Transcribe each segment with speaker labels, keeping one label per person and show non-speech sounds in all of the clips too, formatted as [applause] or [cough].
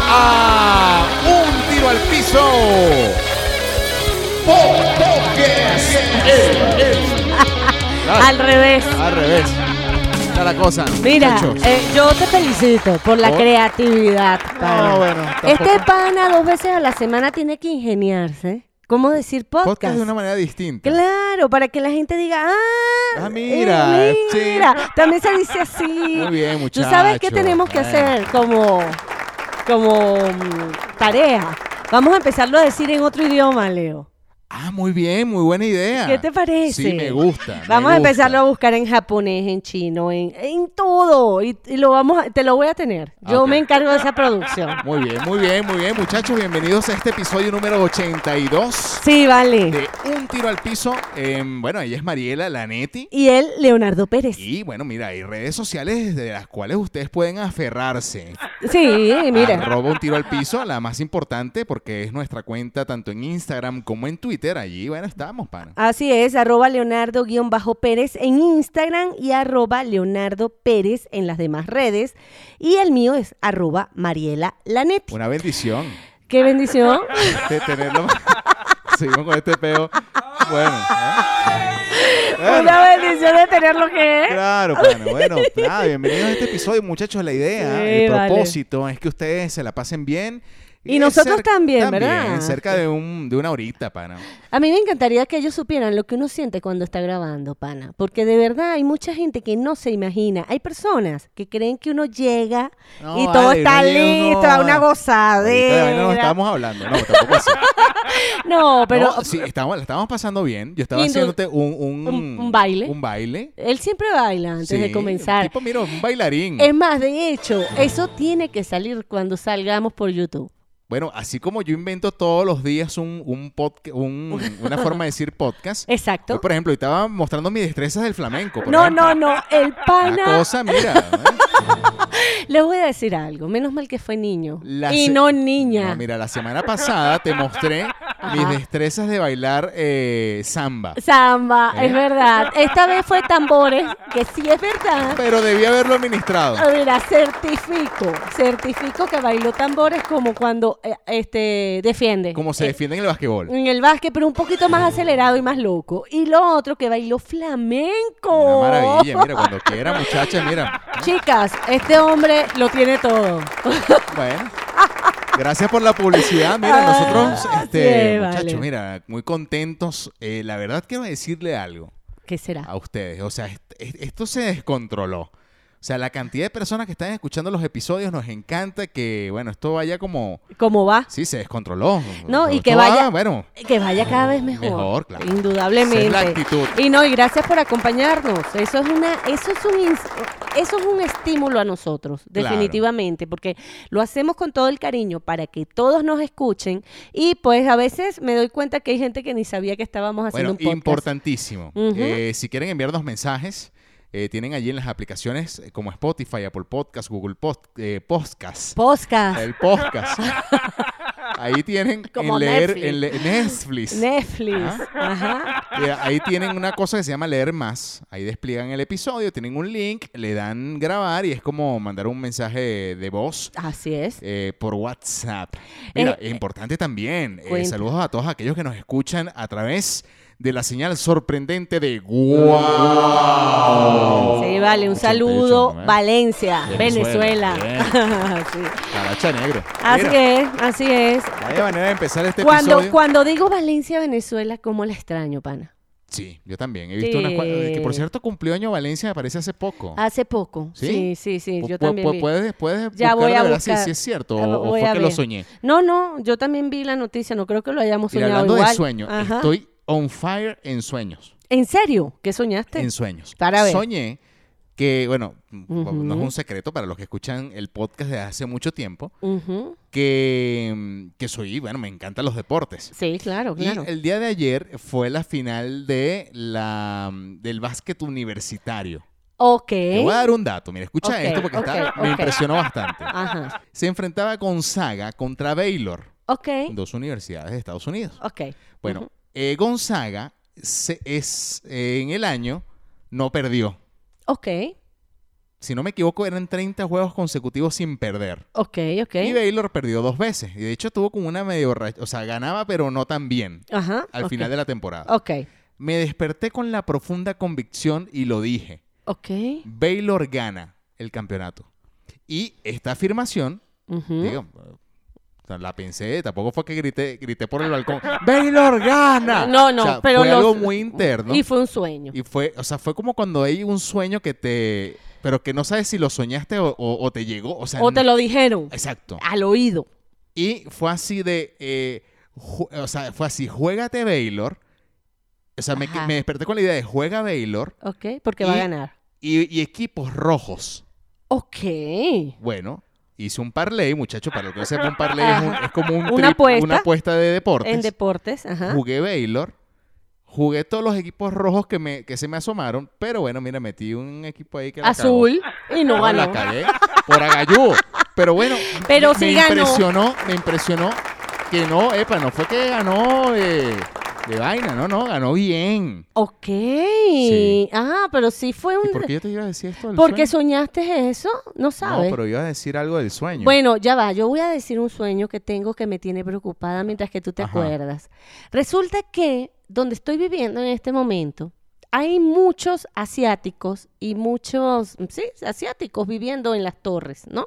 Speaker 1: a un tiro al piso. Ah.
Speaker 2: Al revés.
Speaker 1: Al revés. Está la cosa.
Speaker 2: Mira,
Speaker 1: muchachos.
Speaker 2: eh, yo te felicito por la
Speaker 1: Por-
Speaker 2: creatividad, pana.
Speaker 1: Oh. No, bueno,
Speaker 2: este
Speaker 1: tampoco-
Speaker 2: pana dos veces a la semana tiene que ingeniarse. ¿Cómo decir podcast?
Speaker 1: podcast de una manera distinta.
Speaker 2: Claro, para que la gente diga, ah,
Speaker 1: Ah, mira,
Speaker 2: eh,
Speaker 1: sí.
Speaker 2: mira, también se dice así.
Speaker 1: Muy bien, Eh.
Speaker 2: Tú sabes qué
Speaker 1: muchachos,
Speaker 2: tenemos que
Speaker 1: bueno.
Speaker 2: hacer como, como mm, tarea. Vamos a empezarlo a decir en otro idioma, Leo.
Speaker 1: Ah, muy bien, muy buena idea.
Speaker 2: ¿Qué te parece?
Speaker 1: Sí, me gusta. me
Speaker 2: Vamos a
Speaker 1: gusta.
Speaker 2: empezarlo a buscar en japonés, en chino, en, en todo. Y, y lo vamos a- te lo voy a tener. Yo
Speaker 1: Ok.
Speaker 2: me encargo de esa producción.
Speaker 1: Muy bien, muy bien, muy bien, muchachos. Bienvenidos a este episodio número 82
Speaker 2: Sí, vale.
Speaker 1: de Un Tiro al Piso. Em, bueno, ella es Mariela Lanetti.
Speaker 2: Y él, Leonardo Pérez.
Speaker 1: Y bueno, mira, hay redes sociales de las cuales ustedes pueden aferrarse.
Speaker 2: Sí, mira.
Speaker 1: Arroba un tiro al piso, la más importante, porque es nuestra cuenta tanto en Instagram como en Twitter. Allí, bueno, estamos, pana.
Speaker 2: Así es, arroba Leonardo-Pérez en Instagram y arroba Leonardo Pérez en las demás redes. Y el mío es arroba Mariela Lanetti.
Speaker 1: Una bendición [laughs]
Speaker 2: ¡Qué bendición!
Speaker 1: de tenerlo. [laughs] Seguimos con este peo. Bueno, ¿eh? Bueno,
Speaker 2: Una bendición de tener lo que es.
Speaker 1: Claro, pana, bueno, nada, bienvenidos a este episodio, muchachos. La idea,
Speaker 2: Sí,
Speaker 1: el
Speaker 2: vale.
Speaker 1: propósito es que ustedes se la pasen bien. Eh,
Speaker 2: Y nosotros
Speaker 1: cer-
Speaker 2: también, ¿verdad?
Speaker 1: Cerca de, un, de una horita, pana.
Speaker 2: A mí me encantaría que ellos supieran lo que uno siente cuando está grabando, pana, porque de verdad hay mucha gente que no se imagina. Hay personas que creen que uno llega
Speaker 1: No,
Speaker 2: y todo
Speaker 1: vale,
Speaker 2: está
Speaker 1: uno llega, uno-
Speaker 2: listo, a una
Speaker 1: Ahorita de
Speaker 2: gozadera.
Speaker 1: vaina no estamos hablando, no, tampoco así.
Speaker 2: No, [laughs] pero
Speaker 1: No, sí, estábamos, la estábamos pasando bien. Yo estaba
Speaker 2: Indu-
Speaker 1: haciéndote un, un,
Speaker 2: un- un baile.
Speaker 1: Un baile.
Speaker 2: él siempre baila antes de
Speaker 1: Sí,
Speaker 2: comenzar.
Speaker 1: Tipo, mira, un bailarín.
Speaker 2: Es más, de hecho, eso tiene que salir cuando salgamos por YouTube.
Speaker 1: Bueno, así como yo invento todos los días un, un podca-
Speaker 2: [laughs]
Speaker 1: un- una forma de decir podcast. Hoy,
Speaker 2: Exacto.
Speaker 1: por ejemplo, estaba mostrando mis destrezas del flamenco. por
Speaker 2: No,
Speaker 1: ejemplo.
Speaker 2: no, no, el
Speaker 1: Una
Speaker 2: pana.
Speaker 1: cosa, mira. ¿eh?
Speaker 2: Les voy a decir algo. Menos mal que fue niño.
Speaker 1: La
Speaker 2: [laughs] y
Speaker 1: se-
Speaker 2: no niña.
Speaker 1: No, mira, la semana pasada te mostré mis destrezas de bailar eh, samba.
Speaker 2: Samba,
Speaker 1: ¿Eh?
Speaker 2: es verdad. Esta vez fue tambores, que sí es verdad.
Speaker 1: Pero debí haberlo administrado.
Speaker 2: Ah, Mira, certifico, certifico que bailó tambores como cuando eh, este defiende.
Speaker 1: Como se
Speaker 2: Eh,
Speaker 1: defiende en el basquetbol.
Speaker 2: En el básquet, pero un poquito más acelerado y más loco. Y lo otro que bailó flamenco.
Speaker 1: Una maravilla, mira, cuando quiera, muchachas, mira.
Speaker 2: Chicas, este hombre lo tiene todo.
Speaker 1: Bueno. Gracias por la publicidad. Mira, nosotros,
Speaker 2: Ah,
Speaker 1: este,
Speaker 2: sí,
Speaker 1: muchachos,
Speaker 2: vale.
Speaker 1: mira, muy contentos. Eh, la verdad quiero decirle algo
Speaker 2: ¿Qué será?
Speaker 1: a ustedes. O sea, est- est- esto se descontroló. O sea, la cantidad de personas que están escuchando los episodios nos encanta que, bueno, esto vaya como...
Speaker 2: ¿Cómo va?
Speaker 1: Sí, se descontroló.
Speaker 2: No, y
Speaker 1: Esto
Speaker 2: que
Speaker 1: va,
Speaker 2: vaya-
Speaker 1: bueno,
Speaker 2: Que vaya cada vez mejor.
Speaker 1: Mejor, claro.
Speaker 2: Indudablemente.
Speaker 1: Esa es la actitud.
Speaker 2: Y no, y gracias por acompañarnos. Eso es una, eso es un ins- eso es un estímulo a nosotros,
Speaker 1: Claro.
Speaker 2: definitivamente, porque lo hacemos con todo el cariño para que todos nos escuchen. Y pues a veces me doy cuenta que hay gente que ni sabía que estábamos haciendo
Speaker 1: bueno
Speaker 2: un podcast.
Speaker 1: importantísimo.
Speaker 2: Ujú.
Speaker 1: Eh, si quieren enviarnos mensajes, eh, tienen allí en las aplicaciones eh, como Spotify, Apple Podcast, Google Pod- eh, Podcast.
Speaker 2: Podcast.
Speaker 1: [laughs] El
Speaker 2: [laughs]
Speaker 1: podcast. Ahí tienen
Speaker 2: Como
Speaker 1: en leer
Speaker 2: Netflix.
Speaker 1: en le- Netflix.
Speaker 2: Netflix. Ajá.
Speaker 1: Eh, ahí tienen una cosa que se llama leer más. Ahí despliegan el episodio, tienen un link, le dan grabar y es como mandar un mensaje de voz.
Speaker 2: Así es.
Speaker 1: eh, por WhatsApp. Mira,
Speaker 2: Eh,
Speaker 1: es importante también. eh,
Speaker 2: cuenta.
Speaker 1: saludos a todos aquellos que nos escuchan a través de la señal sorprendente de Guau.
Speaker 2: Sí, vale. Un
Speaker 1: 88,
Speaker 2: saludo.
Speaker 1: Oh, ¿no? eh?
Speaker 2: Valencia,
Speaker 1: Venezuela.
Speaker 2: Venezuela. [laughs] Sí.
Speaker 1: Caracha negro.
Speaker 2: Así
Speaker 1: Mira,
Speaker 2: es, así es.
Speaker 1: vaya manera de empezar este
Speaker 2: Cuando,
Speaker 1: episodio.
Speaker 2: cuando digo Valencia, Venezuela, ¿cómo la extraño, pana?
Speaker 1: Sí, yo también. He visto unas cua- eh,
Speaker 2: Sí.
Speaker 1: que por cierto cumplió año Valencia, me parece hace poco.
Speaker 2: Hace poco. Sí,
Speaker 1: ¿Sí?
Speaker 2: sí, sí,
Speaker 1: Pu-
Speaker 2: yo
Speaker 1: pu-
Speaker 2: también
Speaker 1: pu-
Speaker 2: vi.
Speaker 1: Puedes, puedes
Speaker 2: Ya
Speaker 1: buscar
Speaker 2: voy
Speaker 1: de
Speaker 2: a
Speaker 1: verdad si-
Speaker 2: buscar.
Speaker 1: si es cierto
Speaker 2: Ya
Speaker 1: o,
Speaker 2: vo-
Speaker 1: o
Speaker 2: voy
Speaker 1: fue
Speaker 2: a
Speaker 1: que lo
Speaker 2: ver.
Speaker 1: soñé.
Speaker 2: No, no, yo también vi la noticia, no creo que lo hayamos
Speaker 1: Mira,
Speaker 2: soñado
Speaker 1: hablando de
Speaker 2: igual.
Speaker 1: sueño,
Speaker 2: Ajá.
Speaker 1: estoy on fire en sueños.
Speaker 2: ¿En serio? ¿Qué soñaste?
Speaker 1: En sueños.
Speaker 2: Para ver.
Speaker 1: Soñé que, bueno, no es
Speaker 2: Ujú.
Speaker 1: un secreto para los que escuchan el podcast de hace mucho tiempo,
Speaker 2: Ujú.
Speaker 1: que, mm, que soy, bueno, me encantan los deportes.
Speaker 2: Sí, claro, Oh, claro.
Speaker 1: Y el día de ayer fue la final de la, mm, del básquet universitario.
Speaker 2: Ok.
Speaker 1: Te voy a dar un dato, mira, escucha
Speaker 2: Ok,
Speaker 1: esto porque está-
Speaker 2: ok,
Speaker 1: me
Speaker 2: ok.
Speaker 1: impresionó bastante.
Speaker 2: Ajá.
Speaker 1: Se enfrentaba Gonzaga contra Baylor,
Speaker 2: Ok.
Speaker 1: dos universidades de Estados Unidos.
Speaker 2: Ok.
Speaker 1: Bueno,
Speaker 2: Ujú.
Speaker 1: eh, Gonzaga se- es, eh, en el año no perdió.
Speaker 2: Ok.
Speaker 1: si no me equivoco, eran 30 juegos consecutivos sin perder.
Speaker 2: Ok, ok.
Speaker 1: Y Baylor perdió dos veces. Y de hecho tuvo como una medio... ra- O sea, ganaba pero no tan bien
Speaker 2: Ajá.
Speaker 1: al
Speaker 2: ok.
Speaker 1: final de la temporada.
Speaker 2: Ok,
Speaker 1: Me desperté con la profunda convicción y lo dije.
Speaker 2: ok.
Speaker 1: Baylor gana el campeonato. Y esta afirmación,
Speaker 2: Ujú.
Speaker 1: digo, o sea, la pensé, tampoco fue que grité, grité por el balcón. [laughs] ¡Baylor gana!
Speaker 2: No, no,
Speaker 1: O sea,
Speaker 2: pero
Speaker 1: fue
Speaker 2: los-
Speaker 1: algo muy interno.
Speaker 2: Y fue un sueño.
Speaker 1: Y fue, o sea, fue como cuando hay un sueño que te. Pero que no sabes si lo soñaste o, o- o te llegó. O sea,
Speaker 2: O te
Speaker 1: no-
Speaker 2: lo dijeron
Speaker 1: Exacto.
Speaker 2: al oído.
Speaker 1: Y fue así de. eh, ju- o sea, fue así, juégate Baylor. O sea, me,
Speaker 2: Ajá.
Speaker 1: me desperté con la idea de juega Baylor
Speaker 2: Ok, porque va a
Speaker 1: Y-
Speaker 2: ganar.
Speaker 1: y, y equipos rojos.
Speaker 2: Ok.
Speaker 1: Bueno, hice un parlay, muchacho, para lo que no sepa, un parlay es, un-
Speaker 2: Ajá.
Speaker 1: es como un
Speaker 2: Una
Speaker 1: trip-
Speaker 2: apuesta.
Speaker 1: una apuesta de deportes.
Speaker 2: En deportes, ajá.
Speaker 1: Jugué Baylor. Jugué todos los equipos rojos que, me, que se me asomaron, pero bueno, mira, metí un equipo ahí que la cagó.
Speaker 2: Azul y no
Speaker 1: No, la
Speaker 2: ganó.
Speaker 1: cagué por agallú. Pero bueno,
Speaker 2: Pero
Speaker 1: me
Speaker 2: sí ganó.
Speaker 1: impresionó, me impresionó que no, epa, no fue que ganó de, de vaina, no, no, ganó bien.
Speaker 2: Ok. Ah, pero sí fue
Speaker 1: ¿Y
Speaker 2: un.
Speaker 1: por qué yo te iba a decir esto del
Speaker 2: Porque
Speaker 1: sueño?
Speaker 2: soñaste eso, no
Speaker 1: No,
Speaker 2: sabes.
Speaker 1: pero iba a decir algo del sueño.
Speaker 2: Bueno, ya va, yo voy a decir un sueño que tengo que me tiene preocupada mientras que tú te
Speaker 1: Ajá.
Speaker 2: acuerdas. Resulta que donde estoy viviendo en este momento hay muchos asiáticos y muchos, sí, asiáticos viviendo en las torres, ¿no?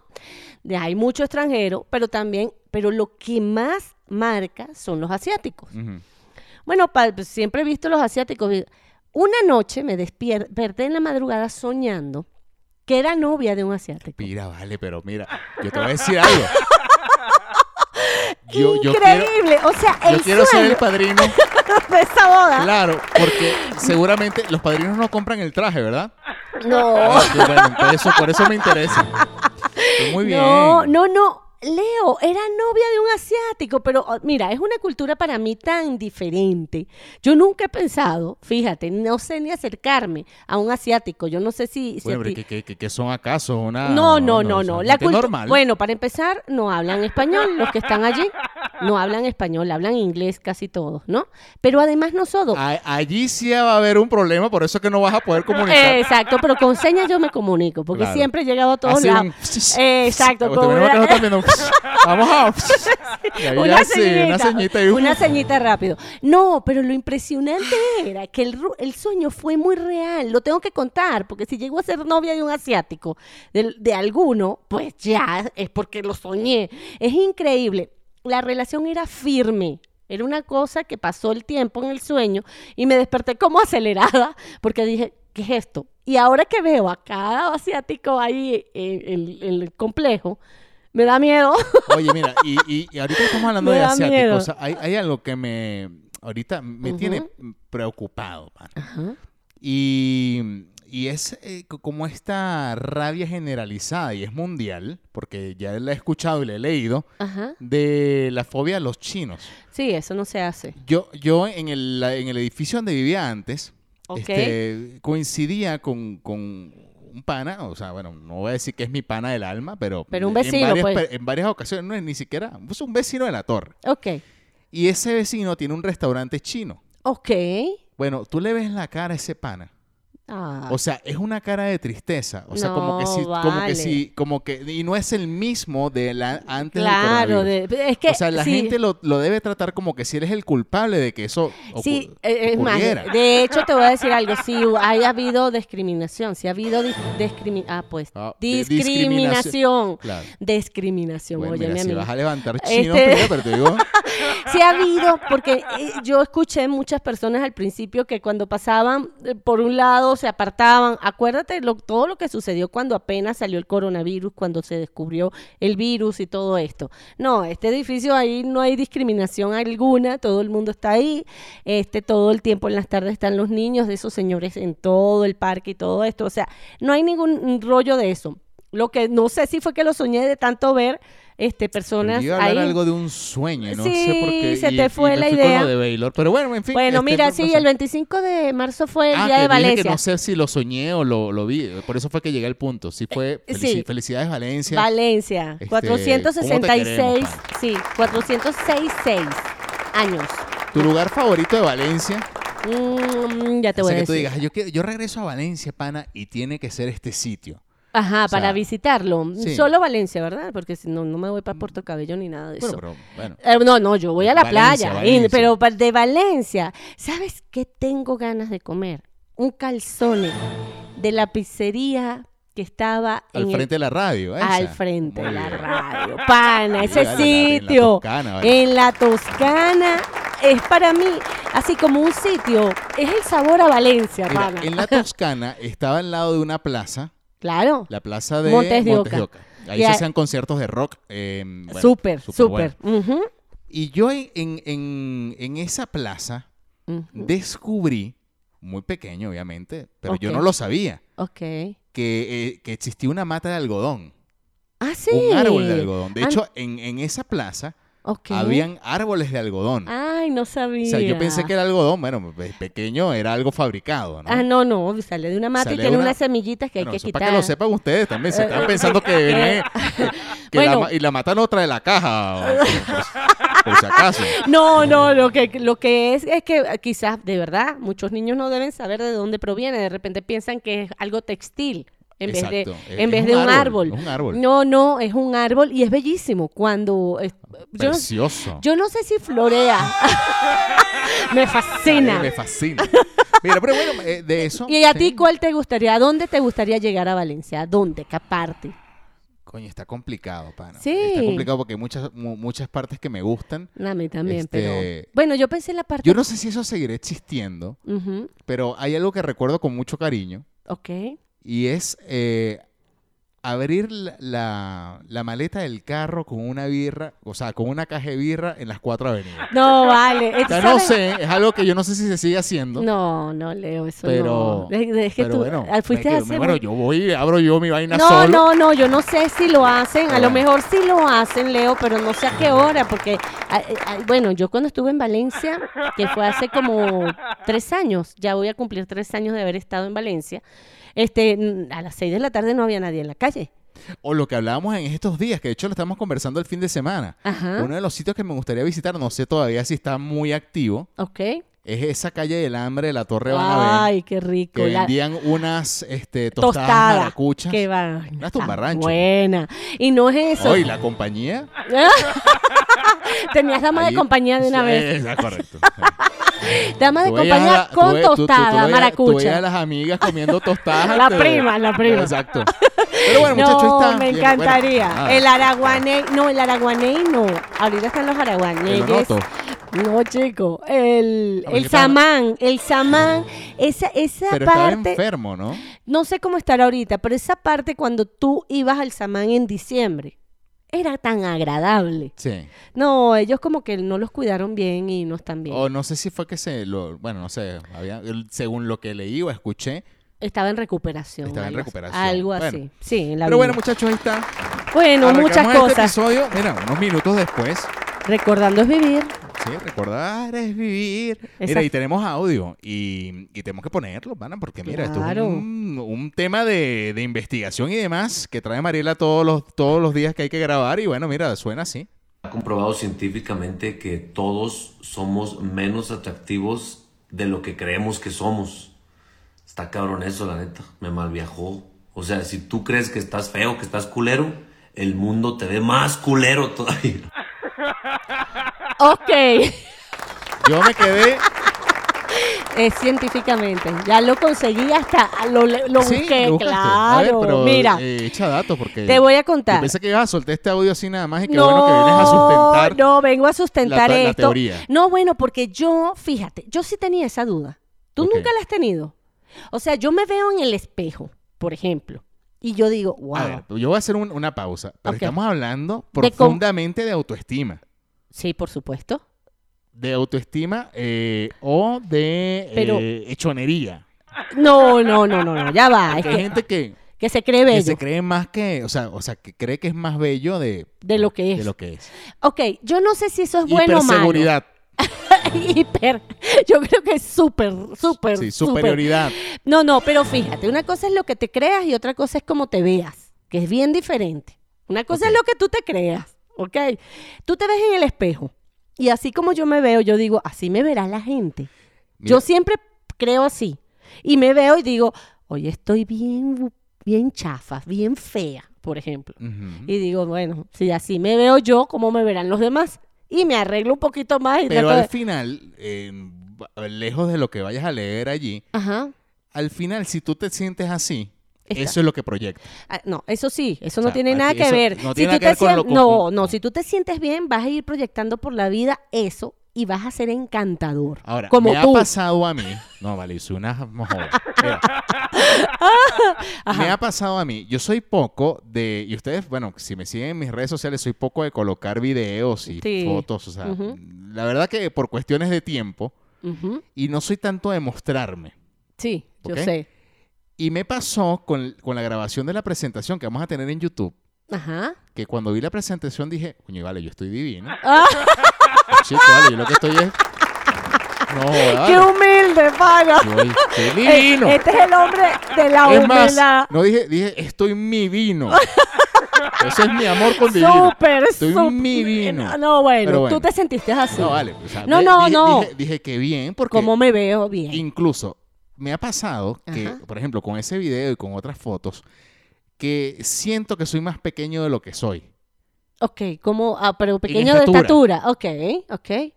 Speaker 2: De- Hay mucho extranjero, pero también, pero lo que más marca son los asiáticos.
Speaker 1: Ujú.
Speaker 2: Bueno, pa- pues, siempre he visto los asiáticos. Vi- Una noche me desperté en la madrugada soñando que era novia de un asiático.
Speaker 1: Mira, vale, pero mira, yo te voy a decir
Speaker 2: [laughs]
Speaker 1: algo. Yo, yo quiero,
Speaker 2: Increíble. o sea, el
Speaker 1: yo quiero ser
Speaker 2: sueño
Speaker 1: el padrino,
Speaker 2: [laughs] de esa boda.
Speaker 1: claro, porque seguramente los padrinos no compran el traje, ¿verdad?
Speaker 2: No.
Speaker 1: Ah, qué bueno, entonces eso, por eso me interesa. Pues Muy bien.
Speaker 2: No, no, no. Leo era novia de un asiático, pero oh, mira, es una cultura para mí tan diferente. Yo nunca he pensado, fíjate, no sé ni acercarme a un asiático. Yo no sé si. si
Speaker 1: Bueno,
Speaker 2: a
Speaker 1: pero
Speaker 2: ti-
Speaker 1: ¿qué, qué- qué- qué son acaso? Una,
Speaker 2: No, no,
Speaker 1: Ah,
Speaker 2: no,
Speaker 1: o sea,
Speaker 2: no.
Speaker 1: gente
Speaker 2: La cultu-
Speaker 1: normal.
Speaker 2: Bueno, para empezar, no hablan español. Los que están allí no hablan español, hablan inglés casi todos, ¿no? Pero además nosotros.
Speaker 1: A- allí sí va a haber un problema, por eso es que no vas a poder comunicar.
Speaker 2: Eh, Exacto, pero con señas yo me comunico, porque
Speaker 1: Claro.
Speaker 2: siempre he llegado a todos
Speaker 1: Así
Speaker 2: lados. Eh,
Speaker 1: un- [laughs]
Speaker 2: Exacto,
Speaker 1: Te
Speaker 2: como
Speaker 1: venimos
Speaker 2: una-
Speaker 1: acá también, un- [laughs] Vamos
Speaker 2: [laughs]
Speaker 1: a... Y ahí
Speaker 2: una,
Speaker 1: ya sí,
Speaker 2: señita,
Speaker 1: una ceñita y un-
Speaker 2: una ceñita rápido. No, pero lo impresionante era que el, ru- el sueño fue muy real. Lo tengo que contar, porque si llego a ser novia de un asiático, del- de, alguno, pues ya es porque lo soñé. Es increíble. La relación era firme. Era una cosa que pasó el tiempo en el sueño y me desperté como acelerada porque dije, ¿qué es esto? Y ahora que veo a cada asiático ahí en- en- en el complejo, me da miedo.
Speaker 1: Oye, mira, y, y- y ahorita estamos hablando
Speaker 2: Me
Speaker 1: de
Speaker 2: da
Speaker 1: asiáticos.
Speaker 2: miedo.
Speaker 1: O sea, hay, hay algo que me... Ahorita me tiene preocupado, mano.
Speaker 2: Ajá.
Speaker 1: Y, y es eh, co- como esta rabia generalizada, y es mundial, porque ya la he escuchado y la he leído,
Speaker 2: [laughs] Ajá.
Speaker 1: de la fobia a los chinos.
Speaker 2: Sí, eso no se hace.
Speaker 1: Yo, yo en, el, la- en el edificio donde vivía antes,
Speaker 2: Ok.
Speaker 1: este, coincidía con, con un pana, o sea, bueno, no voy a decir que es mi pana del alma, pero,
Speaker 2: Pero un
Speaker 1: en
Speaker 2: vecino,
Speaker 1: varias,
Speaker 2: pues.
Speaker 1: pe- en varias ocasiones, no es ni siquiera, es un vecino de la torre.
Speaker 2: Ok.
Speaker 1: Y ese vecino tiene un restaurante chino.
Speaker 2: Ok.
Speaker 1: Bueno, tú le ves la cara a ese pana.
Speaker 2: Ah,
Speaker 1: O sea, es una cara de tristeza. O sea, como que
Speaker 2: No,
Speaker 1: si, como
Speaker 2: vale.
Speaker 1: que si, como que, y no es el mismo de la antes del
Speaker 2: claro.
Speaker 1: coronavirus.
Speaker 2: de- es que.
Speaker 1: o sea, la
Speaker 2: sí,
Speaker 1: gente lo, lo debe tratar como que si eres el culpable de que eso ocu-
Speaker 2: Sí, eh, es más,
Speaker 1: ocurriera.
Speaker 2: de hecho te voy a decir algo, si hay habido discriminación, si ha habido dis- discrimi- ah, pues,
Speaker 1: Ah, de discriminación.
Speaker 2: discriminación,
Speaker 1: Claro.
Speaker 2: discriminación,
Speaker 1: Bueno,
Speaker 2: oye,
Speaker 1: mira,
Speaker 2: mi
Speaker 1: si
Speaker 2: amiga.
Speaker 1: vas a levantar
Speaker 2: [laughs]
Speaker 1: chino,
Speaker 2: Este-
Speaker 1: pero, pero te digo,
Speaker 2: Sí ha habido, porque eh, yo escuché muchas personas al principio que cuando pasaban eh, por un lado se apartaban. Acuérdate lo- todo lo que sucedió cuando apenas salió el coronavirus, cuando se descubrió el virus y todo esto. No, este edificio ahí no hay discriminación alguna, todo el mundo está ahí, este todo el tiempo en las tardes están los niños de esos señores en todo el parque y todo esto. O sea, no hay ningún rollo de eso. Lo que no sé si fue que lo soñé de tanto ver este
Speaker 1: yo
Speaker 2: personas
Speaker 1: iba a
Speaker 2: ahí.
Speaker 1: hablar algo de un sueño, y no sé por
Speaker 2: Sí,
Speaker 1: qué.
Speaker 2: se
Speaker 1: y-
Speaker 2: te
Speaker 1: y
Speaker 2: fue
Speaker 1: me
Speaker 2: la
Speaker 1: fui con
Speaker 2: idea.
Speaker 1: lo de Baylor, pero bueno, en fin.
Speaker 2: Bueno,
Speaker 1: este,
Speaker 2: mira,
Speaker 1: no- no
Speaker 2: sí,
Speaker 1: sé.
Speaker 2: el 25 de marzo fue el
Speaker 1: Ah,
Speaker 2: Día
Speaker 1: que
Speaker 2: de
Speaker 1: dije
Speaker 2: Valencia.
Speaker 1: Que no sé si lo soñé o lo, lo vi, por eso fue que llegué al punto. Sí fue,
Speaker 2: Eh,
Speaker 1: felici-
Speaker 2: sí.
Speaker 1: felicidades Valencia.
Speaker 2: Valencia,
Speaker 1: Este,
Speaker 2: 466,
Speaker 1: ¿cómo
Speaker 2: sí, 466 años.
Speaker 1: Tu lugar favorito de Valencia.
Speaker 2: Mm, ya te
Speaker 1: o
Speaker 2: voy
Speaker 1: sea, que
Speaker 2: a decir.
Speaker 1: tú digas, yo, que- yo regreso a Valencia, pana, y tiene que ser este sitio.
Speaker 2: Ajá,
Speaker 1: sea,
Speaker 2: para visitarlo.
Speaker 1: sí. Mm.
Speaker 2: Solo Valencia, ¿verdad? Porque si no, no me voy para Puerto Cabello ni nada de
Speaker 1: Bueno,
Speaker 2: eso.
Speaker 1: pero bueno.
Speaker 2: Eh, no, no, yo voy a la
Speaker 1: Valencia,
Speaker 2: playa,
Speaker 1: Valencia.
Speaker 2: y- pero pa- de Valencia. ¿Sabes qué tengo ganas de comer? Un calzone de la pizzería que estaba
Speaker 1: Al
Speaker 2: en el-
Speaker 1: frente de la radio, esa.
Speaker 2: al frente de
Speaker 1: Muy
Speaker 2: la
Speaker 1: bien.
Speaker 2: radio. Pana, ese
Speaker 1: Dale, dale, en la
Speaker 2: sitio
Speaker 1: Toscana, vale.
Speaker 2: en la Toscana es para mí así como un sitio, es el sabor a Valencia,
Speaker 1: Mira,
Speaker 2: pana.
Speaker 1: en la Toscana estaba al lado de una plaza,
Speaker 2: Claro.
Speaker 1: la plaza de
Speaker 2: Montes de Oca.
Speaker 1: Ahí
Speaker 2: Y
Speaker 1: se
Speaker 2: ahí-
Speaker 1: hacían conciertos de rock. eh, bueno,
Speaker 2: súper, súper.
Speaker 1: bueno.
Speaker 2: Ujú,
Speaker 1: Y yo en, en- en- en esa plaza
Speaker 2: ujú.
Speaker 1: descubrí, muy pequeño obviamente, pero yo
Speaker 2: Ok.
Speaker 1: no lo sabía,
Speaker 2: Ok.
Speaker 1: que, eh, que existía una mata de algodón.
Speaker 2: Ah, sí.
Speaker 1: Un árbol de algodón. De
Speaker 2: Ah,
Speaker 1: hecho, en, en esa plaza
Speaker 2: ok.
Speaker 1: habían árboles de algodón.
Speaker 2: Ay, no sabía.
Speaker 1: O sea, yo pensé que el algodón, bueno, pe- pequeño, era algo fabricado, ¿no?
Speaker 2: Ah, no, no, sale de una mata
Speaker 1: Sale
Speaker 2: y tiene
Speaker 1: una-
Speaker 2: unas semillitas que
Speaker 1: Bueno,
Speaker 2: hay que
Speaker 1: eso
Speaker 2: quitar.
Speaker 1: para que lo sepan ustedes también. Se
Speaker 2: [laughs]
Speaker 1: están pensando que viene... que la
Speaker 2: Bueno.
Speaker 1: ma- y la mata no trae la caja. o- por, por si acaso.
Speaker 2: No, no, lo que, lo que es es que eh, quizás, de verdad, muchos niños no deben saber de dónde proviene. De repente piensan que es algo textil en vez de,
Speaker 1: Exacto. Es-
Speaker 2: en
Speaker 1: es
Speaker 2: vez
Speaker 1: un
Speaker 2: de un
Speaker 1: árbol,
Speaker 2: árbol.
Speaker 1: es un árbol.
Speaker 2: No, no, es un árbol y es bellísimo. Cuando. es- [laughs] yo, no-
Speaker 1: Precioso.
Speaker 2: yo no sé si
Speaker 1: [laughs]
Speaker 2: florea. Me fascina.
Speaker 1: Me fascina. Mira, pero bueno, eh, de eso...
Speaker 2: ¿Y a
Speaker 1: sí.
Speaker 2: ti cuál te gustaría? ¿A dónde te gustaría llegar a Valencia? ¿A dónde? ¿Qué parte?
Speaker 1: Coño, está complicado, pana.
Speaker 2: Sí.
Speaker 1: Está complicado porque hay muchas, mu- muchas partes que me gustan.
Speaker 2: A mí también,
Speaker 1: Este,
Speaker 2: pero... Bueno, yo pensé en la parte...
Speaker 1: Yo no sé si eso seguirá existiendo,
Speaker 2: Ujú,
Speaker 1: pero hay algo que recuerdo con mucho cariño
Speaker 2: Ok.
Speaker 1: y es eh, abrir la, la- la maleta del carro con una birra, o sea, con una caja de birra en las cuatro avenidas.
Speaker 2: No, vale.
Speaker 1: O sea,
Speaker 2: ¿Sabes?
Speaker 1: no sé, es algo que yo no sé si se sigue haciendo.
Speaker 2: No, no, Leo, eso
Speaker 1: Pero,
Speaker 2: no. Es- es que
Speaker 1: pero
Speaker 2: tú
Speaker 1: bueno,
Speaker 2: ah, fuiste
Speaker 1: me quedo-
Speaker 2: a hacer
Speaker 1: bueno,
Speaker 2: un-
Speaker 1: yo voy, abro yo mi vaina
Speaker 2: No,
Speaker 1: solo.
Speaker 2: no, no, yo no sé si lo hacen. A
Speaker 1: Pero
Speaker 2: lo
Speaker 1: bueno.
Speaker 2: mejor sí lo hacen, Leo, pero no sé a qué hora, porque, ah, eh, ah, bueno, yo cuando estuve en Valencia, que fue hace como tres años, ya voy a cumplir tres años de haber estado en Valencia, este, mm, a las seis de la tarde no había nadie en la calle.
Speaker 1: O lo que hablábamos en estos días, que de hecho lo estamos conversando el fin de semana.
Speaker 2: Ajá.
Speaker 1: Uno de los sitios que me gustaría visitar, no sé todavía si está muy activo,
Speaker 2: Ok.
Speaker 1: es esa calle del hambre de la Torre Banabé.
Speaker 2: Ay, qué rico.
Speaker 1: Que
Speaker 2: la-
Speaker 1: vendían unas este, tostadas
Speaker 2: tostada.
Speaker 1: maracuchas.
Speaker 2: Qué va.
Speaker 1: Unas
Speaker 2: tan
Speaker 1: tumbarranchas.
Speaker 2: Buena. Y no es eso.
Speaker 1: Oye, la compañía.
Speaker 2: Tenías dama
Speaker 1: allí-
Speaker 2: de compañía de una
Speaker 1: Sí,
Speaker 2: vez.
Speaker 1: es correcto.
Speaker 2: [laughs] Dama de
Speaker 1: Tú veías a
Speaker 2: compañía
Speaker 1: la- tú
Speaker 2: con
Speaker 1: ve- tú- tú- tú
Speaker 2: tostada,
Speaker 1: veías- Tú veías a
Speaker 2: maracucha.
Speaker 1: las amigas
Speaker 2: [laughs]
Speaker 1: comiendo tostadas.
Speaker 2: La
Speaker 1: antes de-
Speaker 2: prima, la prima.
Speaker 1: Exacto. Pero
Speaker 2: [laughs]
Speaker 1: bueno, muchachos,
Speaker 2: No,
Speaker 1: está.
Speaker 2: me
Speaker 1: bien,
Speaker 2: encantaría.
Speaker 1: bueno, ah, nada.
Speaker 2: el araguaney, no, el araguaney no. Ahorita están los
Speaker 1: El
Speaker 2: araguaneyes.
Speaker 1: onoto.
Speaker 2: No, chico.
Speaker 1: Ah,
Speaker 2: El,
Speaker 1: porque
Speaker 2: el
Speaker 1: estaba-
Speaker 2: samán, el samán, esa, esa
Speaker 1: Ah. Pero estaba
Speaker 2: parte.
Speaker 1: enfermo, ¿no?
Speaker 2: No sé cómo estará ahorita, pero esa parte cuando tú ibas al samán en diciembre era tan agradable.
Speaker 1: Sí.
Speaker 2: No, ellos como que no los cuidaron bien y no están bien.
Speaker 1: O no sé si fue que se lo. Bueno, no sé. había- según lo que leí o escuché.
Speaker 2: Estaba en recuperación.
Speaker 1: Estaba en
Speaker 2: algo así.
Speaker 1: recuperación.
Speaker 2: Algo
Speaker 1: Bueno.
Speaker 2: así. Sí, en la
Speaker 1: Pero bueno,
Speaker 2: Biblia.
Speaker 1: muchachos, ahí está.
Speaker 2: Bueno,
Speaker 1: Arrancamos
Speaker 2: muchas
Speaker 1: este
Speaker 2: cosas.
Speaker 1: episodio, mira, unos minutos después.
Speaker 2: Recordando es vivir.
Speaker 1: Sí, recordar es vivir. Mira,
Speaker 2: Exacto.
Speaker 1: y tenemos audio y, y tenemos que ponerlo, pana, porque mira, esto
Speaker 2: Claro.
Speaker 1: es un, un tema de, de investigación y demás que trae Mariela todos los, todos los días que hay que grabar y bueno, mira, suena así.
Speaker 3: Ha comprobado científicamente que todos somos menos atractivos de lo que creemos que somos. Está cabrón eso, la neta. Me malviajó. O sea, si tú crees que estás feo, que estás culero, el mundo te ve más culero [laughs] todavía.
Speaker 2: Ok.
Speaker 1: Yo me quedé,
Speaker 2: [laughs] Es científicamente. Ya lo conseguí hasta. Lo, lo
Speaker 1: sí,
Speaker 2: busqué,
Speaker 1: lo buscaste.
Speaker 2: claro.
Speaker 1: A ver, pero,
Speaker 2: Mira,
Speaker 1: eh, echa datos porque
Speaker 2: te voy a
Speaker 1: yo
Speaker 2: contar.
Speaker 1: pensé que ibas a soltar este audio así nada más y qué bueno que vienes a sustentar.
Speaker 2: No, vengo a sustentar
Speaker 1: la- la
Speaker 2: esto.
Speaker 1: teoría.
Speaker 2: No, bueno, porque yo, fíjate, yo sí tenía esa duda. Tú
Speaker 1: Ok.
Speaker 2: nunca la has tenido. O sea, yo me veo en el espejo, por ejemplo, y yo digo, wow.
Speaker 1: A ver, yo voy a hacer un- una pausa, pero
Speaker 2: Ok.
Speaker 1: estamos hablando
Speaker 2: De com-
Speaker 1: profundamente de autoestima.
Speaker 2: Sí, por supuesto.
Speaker 1: de autoestima eh, o de
Speaker 2: Pero-
Speaker 1: eh, hechonería.
Speaker 2: No, no, no, no, no, ya va. Es
Speaker 1: Porque hay
Speaker 2: que,
Speaker 1: gente que,
Speaker 2: que se
Speaker 1: que
Speaker 2: cree Ah, bello
Speaker 1: se cree más que, o sea, o sea, que cree que es más bello de,
Speaker 2: de lo que
Speaker 1: de
Speaker 2: es.
Speaker 1: lo que es.
Speaker 2: Ok, yo no sé si eso es bueno o malo.
Speaker 1: Hiperseguridad,
Speaker 2: [laughs] Hiper. Yo creo que es súper, súper,
Speaker 1: sí,
Speaker 2: súper.
Speaker 1: superioridad.
Speaker 2: No, no, pero fíjate, una cosa es lo que te creas y otra cosa es cómo te veas, que es bien diferente. Una cosa
Speaker 1: Ok.
Speaker 2: es lo que tú te creas, ¿ok? Tú te ves en el espejo y así como yo me veo, yo digo, así me verá la gente.
Speaker 1: Mira,
Speaker 2: Yo siempre creo así y me veo y digo, hoy estoy bien bu- bien chafas, bien feas, por ejemplo.
Speaker 1: Ujú.
Speaker 2: Y digo, bueno, si así me veo yo, ¿cómo me verán los demás? Y me arreglo un poquito más y
Speaker 1: Pero
Speaker 2: trato de-
Speaker 1: al final, eh, lejos de lo que vayas a leer allí,
Speaker 2: Ajá.
Speaker 1: al final, si tú te sientes así,
Speaker 2: Está.
Speaker 1: eso es lo que proyecta.
Speaker 2: Ah, No, eso sí, eso
Speaker 1: O
Speaker 2: no
Speaker 1: sea,
Speaker 2: tiene
Speaker 1: aquí
Speaker 2: nada que
Speaker 1: eso
Speaker 2: ver.
Speaker 1: no
Speaker 2: Si
Speaker 1: tiene
Speaker 2: tú
Speaker 1: nada que ver
Speaker 2: te
Speaker 1: con lo-
Speaker 2: sien-
Speaker 1: con-
Speaker 2: no,
Speaker 1: con-
Speaker 2: no, si tú te sientes bien, vas a ir proyectando por la vida eso y vas a ser encantador.
Speaker 1: Ahora,
Speaker 2: como
Speaker 1: me
Speaker 2: tú.
Speaker 1: ha pasado a mí. No, vale, hice una mojada. Mira. Me ha pasado a mí. Yo soy poco de. Y ustedes, bueno, si me siguen en mis redes sociales, soy poco de colocar videos y
Speaker 2: Sí.
Speaker 1: fotos. O sea,
Speaker 2: Ujú.
Speaker 1: la verdad que por cuestiones de tiempo.
Speaker 2: Ujú.
Speaker 1: Y no soy tanto de mostrarme.
Speaker 2: Sí, yo
Speaker 1: ¿Ok?
Speaker 2: sé.
Speaker 1: Y me pasó con, con la grabación de la presentación que vamos a tener en YouTube.
Speaker 2: Ajá.
Speaker 1: Que cuando vi la presentación dije, coño, vale, yo estoy
Speaker 2: [laughs]
Speaker 1: divino.
Speaker 2: Ah.
Speaker 1: Chico, vale, yo lo que estoy es. No, joda,
Speaker 2: ¡Qué
Speaker 1: vale.
Speaker 2: humilde, pana!
Speaker 1: Yo estoy Ah. divino.
Speaker 2: Eh, Este es el hombre de la
Speaker 1: Es más,
Speaker 2: humildad.
Speaker 1: no dije, dije, estoy mi
Speaker 2: [laughs]
Speaker 1: vino. Ese es mi amor con divino.
Speaker 2: Súper,
Speaker 1: Estoy
Speaker 2: súper.
Speaker 1: mi vino.
Speaker 2: No, bueno,
Speaker 1: Pero bueno.
Speaker 2: tú te sentiste así.
Speaker 1: No, vale. o sea,
Speaker 2: No,
Speaker 1: ve-
Speaker 2: no,
Speaker 1: dije,
Speaker 2: no.
Speaker 1: Dije, dije que bien, porque
Speaker 2: ¿Cómo me veo bien?
Speaker 1: incluso me ha pasado que,
Speaker 2: Ajá.
Speaker 1: por ejemplo, con ese video y con otras fotos, que siento que soy más pequeño de lo que soy.
Speaker 2: Ok, como, ah, pero pequeño
Speaker 1: estatura.
Speaker 2: de estatura. Ok, ok.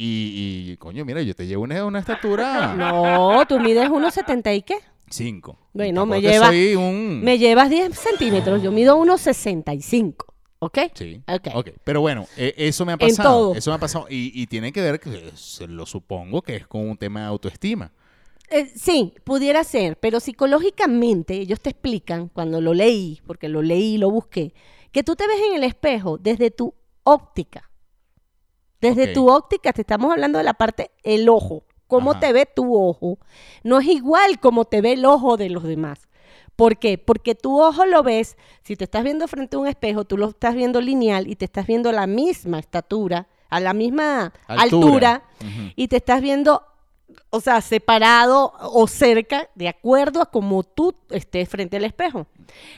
Speaker 1: Y, y, coño, mira, yo te llevo una, una estatura
Speaker 2: [laughs] No, tú mides 1,70 y qué?
Speaker 1: 5.
Speaker 2: Bueno,
Speaker 1: Tampoco
Speaker 2: me
Speaker 1: es que
Speaker 2: lleva-
Speaker 1: Soy un...
Speaker 2: Me llevas 10 centímetros, yo mido 1,65. ¿Ok?
Speaker 1: Sí.
Speaker 2: Ok.
Speaker 1: ok. Pero bueno, eh, eso me ha
Speaker 2: En
Speaker 1: pasado.
Speaker 2: todo.
Speaker 1: Eso me ha pasado. Y, y tiene que ver, que, se lo supongo, que es con un tema de autoestima.
Speaker 2: Eh, sí, pudiera ser, pero psicológicamente ellos te explican, cuando lo leí, porque lo leí y lo busqué, que tú te ves en el espejo desde tu óptica. Desde
Speaker 1: Ok.
Speaker 2: tu óptica, te estamos hablando de la parte, el ojo, cómo
Speaker 1: Ajá.
Speaker 2: te ve tu ojo, no es igual como te ve el ojo de los demás. ¿Por qué? Porque tu ojo lo ves, si te estás viendo frente a un espejo, tú lo estás viendo lineal y te estás viendo a la misma estatura, a la misma altura,
Speaker 1: Altura. Ujú.
Speaker 2: y te estás viendo, o sea, separado o cerca, de acuerdo a como tú estés frente al espejo.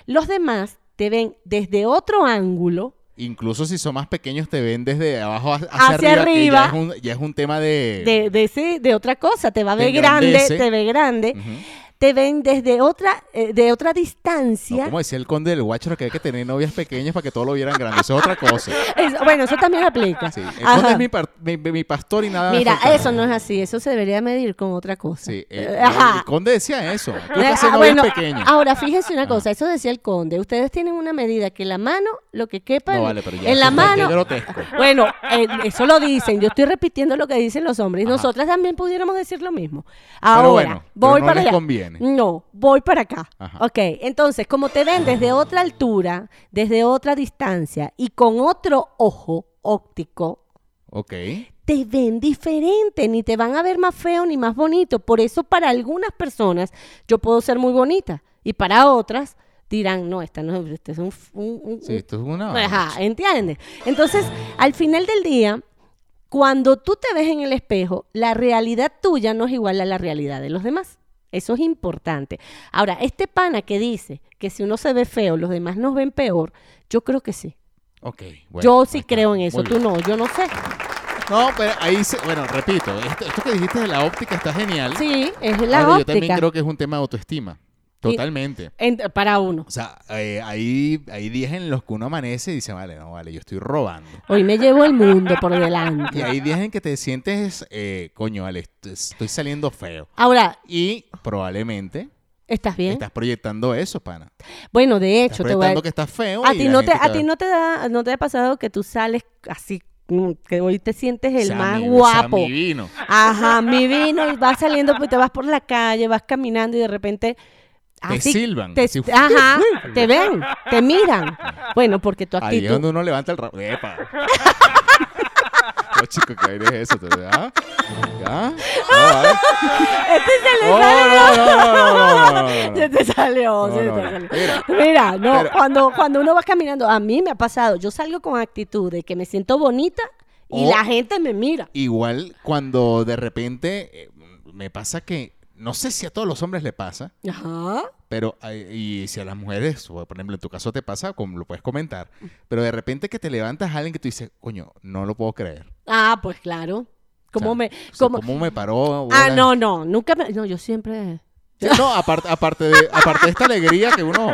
Speaker 2: Los demás te ven desde otro ángulo,
Speaker 1: Incluso si son más pequeños, te ven desde abajo hacia,
Speaker 2: Hacia
Speaker 1: arriba. que ya,
Speaker 2: arriba.
Speaker 1: es un, ya es un tema de.
Speaker 2: de, de, sí, de otra cosa, te va a
Speaker 1: Te
Speaker 2: ver grande,
Speaker 1: engrandece.
Speaker 2: te ve grande,
Speaker 1: Ujú.
Speaker 2: te ven desde otra, eh, de otra distancia.
Speaker 1: No, como decía el conde del Guacharo, que hay que tener novias pequeñas para que todos lo vieran grande. Eso es otra
Speaker 2: [laughs]
Speaker 1: cosa.
Speaker 2: Eso- bueno, eso también aplica.
Speaker 1: Sí. El
Speaker 2: Ajá.
Speaker 1: conde es mi, par- mi- mi- mi pastor y nada me
Speaker 2: Mira,
Speaker 1: faltará.
Speaker 2: eso no es así, eso se debería medir con otra cosa.
Speaker 1: Sí, eh,
Speaker 2: Eh,
Speaker 1: el
Speaker 2: Ajá.
Speaker 1: conde decía
Speaker 2: [laughs]
Speaker 1: eso. Tú te
Speaker 2: Ah,
Speaker 1: haces novias
Speaker 2: bueno,
Speaker 1: pequeñas.
Speaker 2: ahora fíjense una
Speaker 1: Ajá.
Speaker 2: cosa, eso decía el conde. Ustedes tienen una medida que la mano, lo que quepa
Speaker 1: No
Speaker 2: en-
Speaker 1: vale, pero ya.
Speaker 2: en la
Speaker 1: eso está- ya es
Speaker 2: mano.
Speaker 1: grotesco.
Speaker 2: Bueno, eh, eso lo dicen. Yo estoy repitiendo lo que dicen los hombres.
Speaker 1: Ajá.
Speaker 2: Nosotras también pudiéramos decir lo mismo. Ahora,
Speaker 1: bueno, pero
Speaker 2: voy
Speaker 1: no
Speaker 2: para
Speaker 1: les
Speaker 2: allá.
Speaker 1: conviene.
Speaker 2: No, voy para acá.
Speaker 1: Ajá.
Speaker 2: Ok, entonces, como te ven desde otra altura, desde otra distancia y con otro ojo óptico,
Speaker 1: Ok.
Speaker 2: te ven diferente, ni te van a ver más feo ni más bonito. Por eso para algunas personas yo puedo ser muy bonita y para otras dirán, no, esta no es, este es un, un- un-
Speaker 1: Sí, esto es una.
Speaker 2: Ajá, ¿entiendes? Entonces, al final del día, cuando tú te ves en el espejo, la realidad tuya no es igual a la realidad de los demás. Eso es importante. Ahora, este pana que dice que si uno se ve feo, los demás nos ven peor, yo creo que sí.
Speaker 1: Ok. bueno,
Speaker 2: yo sí
Speaker 1: ahí está.
Speaker 2: creo en
Speaker 1: Muy
Speaker 2: eso,
Speaker 1: bien.
Speaker 2: tú no, yo no sé.
Speaker 1: No, pero ahí se, bueno, repito, esto, esto que dijiste de la óptica está genial.
Speaker 2: Sí, es la
Speaker 1: Ahora, Ah, yo también
Speaker 2: óptica.
Speaker 1: creo que es un tema de autoestima. Totalmente.
Speaker 2: Ent- para uno.
Speaker 1: O sea, eh, hay, hay días en los que uno amanece y dice, vale, no, vale, yo estoy robando.
Speaker 2: Hoy me llevo el mundo por
Speaker 1: Y
Speaker 2: delante.
Speaker 1: hay días en que te sientes, eh, coño, vale, est- estoy saliendo feo.
Speaker 2: Ahora,
Speaker 1: Y probablemente
Speaker 2: ¿estás bien?
Speaker 1: estás proyectando eso, pana.
Speaker 2: Bueno, de
Speaker 1: Estás
Speaker 2: hecho, te voy a...
Speaker 1: proyectando que estás feo.
Speaker 2: a
Speaker 1: y
Speaker 2: ti
Speaker 1: la
Speaker 2: no te
Speaker 1: gente
Speaker 2: a
Speaker 1: ve-
Speaker 2: ti no te da no te ha pasado que tú sales así mm, que hoy te sientes el
Speaker 1: O sea,
Speaker 2: más
Speaker 1: mi- o sea,
Speaker 2: guapo.
Speaker 1: mi vino.
Speaker 2: Ajá, mi vino y vas saliendo pues te vas por la calle, vas caminando y de repente
Speaker 1: Te silban,
Speaker 2: te-
Speaker 1: así,
Speaker 2: ajá,
Speaker 1: [laughs]
Speaker 2: te ven, te miran. Bueno, porque tu
Speaker 1: Ahí es
Speaker 2: actitud
Speaker 1: donde uno levanta el rabo. ¡Epa! [laughs] no, chico, ¿qué aire es eso? ¿Te- ¿Ya?
Speaker 2: [laughs]
Speaker 1: ¿Ya? No, vale.
Speaker 2: Este se le
Speaker 1: Oh,
Speaker 2: sale
Speaker 1: no, no, no, no, no, no,
Speaker 2: Se
Speaker 1: no.
Speaker 2: te salió,
Speaker 1: No,
Speaker 2: se
Speaker 1: no,
Speaker 2: te
Speaker 1: no.
Speaker 2: salió.
Speaker 1: Mira.
Speaker 2: Mira, no,
Speaker 1: Pero-
Speaker 2: cuando, cuando uno va caminando, a mí me ha pasado, yo salgo con actitud de que me siento bonita y
Speaker 1: O-
Speaker 2: la gente me mira.
Speaker 1: Igual cuando de repente eh, me pasa que, no sé si a todos los hombres le pasa,
Speaker 2: Ajá.
Speaker 1: pero eh, y si a las mujeres, o por ejemplo en tu caso te pasa, como lo puedes comentar, pero de repente que te levantas a alguien que tú dices, coño, no lo puedo creer.
Speaker 2: Ah, pues claro.
Speaker 1: O
Speaker 2: ¿Cómo
Speaker 1: sea,
Speaker 2: me,
Speaker 1: o sea,
Speaker 2: cómo-
Speaker 1: ¿Cómo me paró?
Speaker 2: Ah,
Speaker 1: bola?
Speaker 2: no, no, nunca me, no, yo siempre,
Speaker 1: Sí, no, aparte, aparte, de, aparte de esta alegría que
Speaker 2: [laughs]
Speaker 1: uno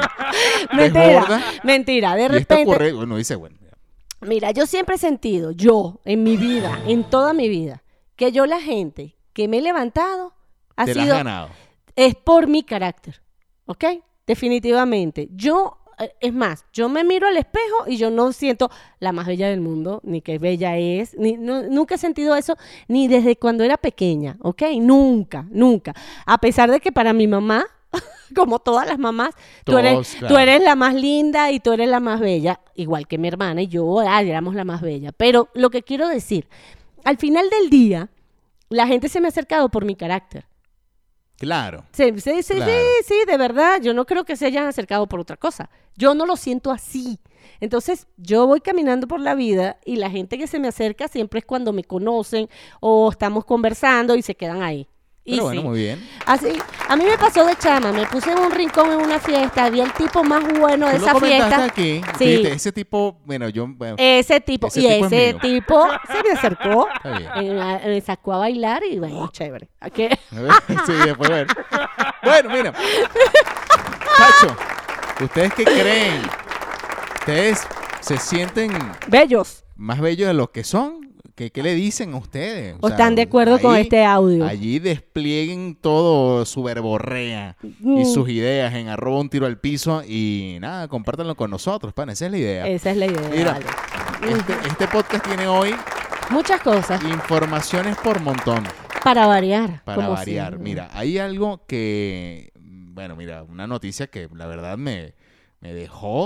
Speaker 1: desborda.
Speaker 2: Mentira, mentira. De
Speaker 1: y esto
Speaker 2: repente,
Speaker 1: ocurre, uno dice, bueno, mira,
Speaker 2: Mira, yo siempre he sentido, yo, en mi vida, en toda mi vida, que yo la gente que me he levantado ha
Speaker 1: te la has
Speaker 2: sido
Speaker 1: ganado.
Speaker 2: es por mi carácter, ¿ok? Definitivamente. Yo, eh, es más, yo me miro al espejo y yo no siento la más bella del mundo, ni que bella es, ni, no- nunca he sentido eso, ni desde cuando era pequeña, ¿ok? Nunca, nunca. A pesar de que para mi mamá, [laughs] como todas las mamás, tú
Speaker 1: Todos,
Speaker 2: eres,
Speaker 1: claro.
Speaker 2: tú eres la más linda y tú eres la más bella, igual que mi hermana y yo, ah, éramos la más bella. Pero lo que quiero decir, al final del día, la gente se me ha acercado por mi carácter.
Speaker 1: Claro.
Speaker 2: Sí, sí, sí,
Speaker 1: Claro.
Speaker 2: sí, sí, de verdad. Yo no creo que se hayan acercado por otra cosa. Yo no lo siento así. Entonces, yo voy caminando por la vida y la gente que se me acerca siempre es cuando me conocen o estamos conversando y se quedan ahí. Y
Speaker 1: Pero bueno,
Speaker 2: sí.
Speaker 1: muy bien.
Speaker 2: Así, a mí me pasó de chama, me puse en un rincón en una fiesta, vi el tipo más bueno de
Speaker 1: Tú lo
Speaker 2: esa
Speaker 1: comentaste
Speaker 2: fiesta.
Speaker 1: aquí.
Speaker 2: Sí. Eh,
Speaker 1: dijiste, ese tipo, bueno, yo... bueno,
Speaker 2: Ese tipo,
Speaker 1: Ese
Speaker 2: y
Speaker 1: tipo es
Speaker 2: ese
Speaker 1: mío.
Speaker 2: tipo se me acercó,
Speaker 1: Está bien.
Speaker 2: eh, a- me sacó a bailar y bueno, chévere. ¿A qué?
Speaker 1: A ver, [laughs] sí, después bueno. Bueno, mira. Chacho, ¿ustedes qué creen? ¿Ustedes se sienten
Speaker 2: Bellos.
Speaker 1: más bellos de lo que son? ¿Qué, qué le dicen a ustedes?
Speaker 2: ¿O están de acuerdo con este audio?
Speaker 1: Allí desplieguen todo su verborrea y
Speaker 2: Mm.
Speaker 1: sus ideas en arroba un tiro al piso y nada, compártanlo con nosotros, pan, esa es la idea.
Speaker 2: Esa es la idea.
Speaker 1: Mira,
Speaker 2: vale.
Speaker 1: Este, este podcast tiene hoy
Speaker 2: Muchas cosas
Speaker 1: informaciones por montón.
Speaker 2: para variar.
Speaker 1: Para
Speaker 2: como
Speaker 1: variar,
Speaker 2: siempre.
Speaker 1: mira, hay algo que, bueno, mira, una noticia que la verdad me, me dejó,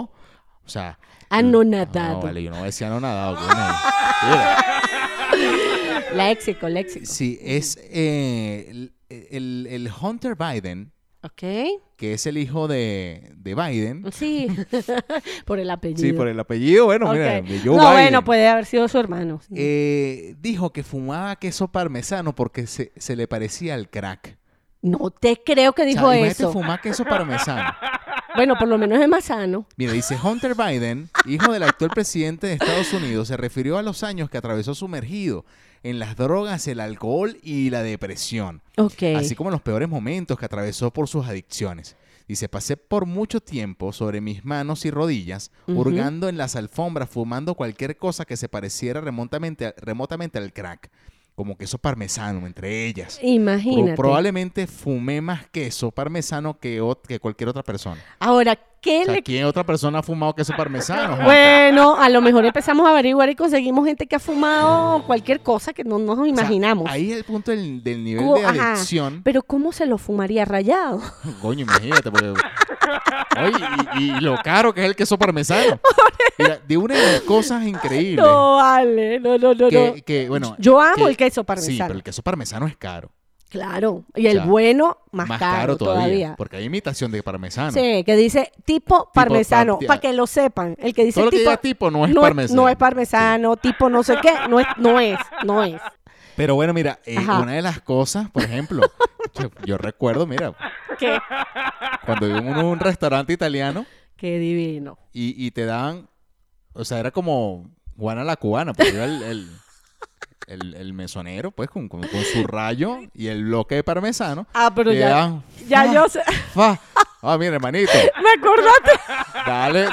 Speaker 1: o sea...
Speaker 2: Anonadado.
Speaker 1: No, vale, yo no voy a decir anonadado. coño.
Speaker 2: [laughs]
Speaker 1: Mira,
Speaker 2: Léxico, léxico.
Speaker 1: sí, es eh, el, el- el Hunter Biden,
Speaker 2: Ok.
Speaker 1: que es el hijo de, de Biden.
Speaker 2: Sí. [laughs] por el apellido.
Speaker 1: Sí, por el apellido, bueno,
Speaker 2: Ok.
Speaker 1: mira, de
Speaker 2: No,
Speaker 1: Joe Biden.
Speaker 2: bueno, pues. puede haber sido su hermano. sí.
Speaker 1: Eh, dijo que fumaba queso parmesano porque se, se le parecía al crack.
Speaker 2: no te creo que
Speaker 1: O sea,
Speaker 2: dijo
Speaker 1: imagínate
Speaker 2: eso.
Speaker 1: fumar queso parmesano.
Speaker 2: Bueno, por lo menos es más sano.
Speaker 1: Mira, dice Hunter Biden, hijo del actual presidente de Estados Unidos, se refirió a los años que atravesó sumergido en las drogas, el alcohol y la depresión,
Speaker 2: Ok.
Speaker 1: así como los peores momentos que atravesó por sus adicciones. Dice, pasé por mucho tiempo sobre mis manos y rodillas,
Speaker 2: Ujú.
Speaker 1: hurgando en las alfombras, fumando cualquier cosa que se pareciera remotamente, remotamente al crack, como queso parmesano, entre ellas. Pro-
Speaker 2: Imagínate.
Speaker 1: probablemente fumé más queso parmesano que, ot- que cualquier otra persona.
Speaker 2: Ahora, ¿qué
Speaker 1: O sea,
Speaker 2: le...
Speaker 1: ¿quién otra persona ha fumado queso parmesano? Juan?
Speaker 2: Bueno, a lo mejor empezamos a averiguar y conseguimos gente que ha fumado cualquier cosa que no nos
Speaker 1: Ah. O sea,
Speaker 2: imaginamos.
Speaker 1: ahí es el punto del, del nivel
Speaker 2: Co-
Speaker 1: de
Speaker 2: ajá.
Speaker 1: adicción.
Speaker 2: Pero ¿cómo se lo fumaría rayado?
Speaker 1: Coño, imagínate. porque- Oye, y, y lo caro que es el queso parmesano. Mira, de una de las cosas increíbles.
Speaker 2: No, vale, no, no, no. no.
Speaker 1: que, que, bueno,
Speaker 2: Yo amo
Speaker 1: que-
Speaker 2: el queso
Speaker 1: Sí,
Speaker 2: parmesano.
Speaker 1: pero el queso parmesano es caro.
Speaker 2: Claro, y el
Speaker 1: sea,
Speaker 2: bueno más, caro, todavía.
Speaker 1: Porque hay imitación de parmesano.
Speaker 2: Sí, que dice tipo parmesano,
Speaker 1: par-
Speaker 2: para que lo sepan. El que dice
Speaker 1: Todo lo que
Speaker 2: tipo,
Speaker 1: diga tipo no es
Speaker 2: no, es,
Speaker 1: parmesano.
Speaker 2: no es parmesano, tipo no sé qué, no es, no es, no es.
Speaker 1: Pero bueno, mira, eh,
Speaker 2: Ajá.
Speaker 1: una de las cosas, por ejemplo, [laughs] yo, yo recuerdo, mira,
Speaker 2: Qué,
Speaker 1: cuando iba a un restaurante italiano,
Speaker 2: qué divino.
Speaker 1: y, y te daban, o sea, era como Juana la cubana, porque era el, el, el- el mesonero, pues, con, con- con su rayo y el bloque de parmesano.
Speaker 2: Ah, pero
Speaker 1: le
Speaker 2: ya,
Speaker 1: daban,
Speaker 2: ya
Speaker 1: fa,
Speaker 2: yo sé,
Speaker 1: fa. Ah, mira, hermanito,
Speaker 2: me acordaste.
Speaker 1: dale,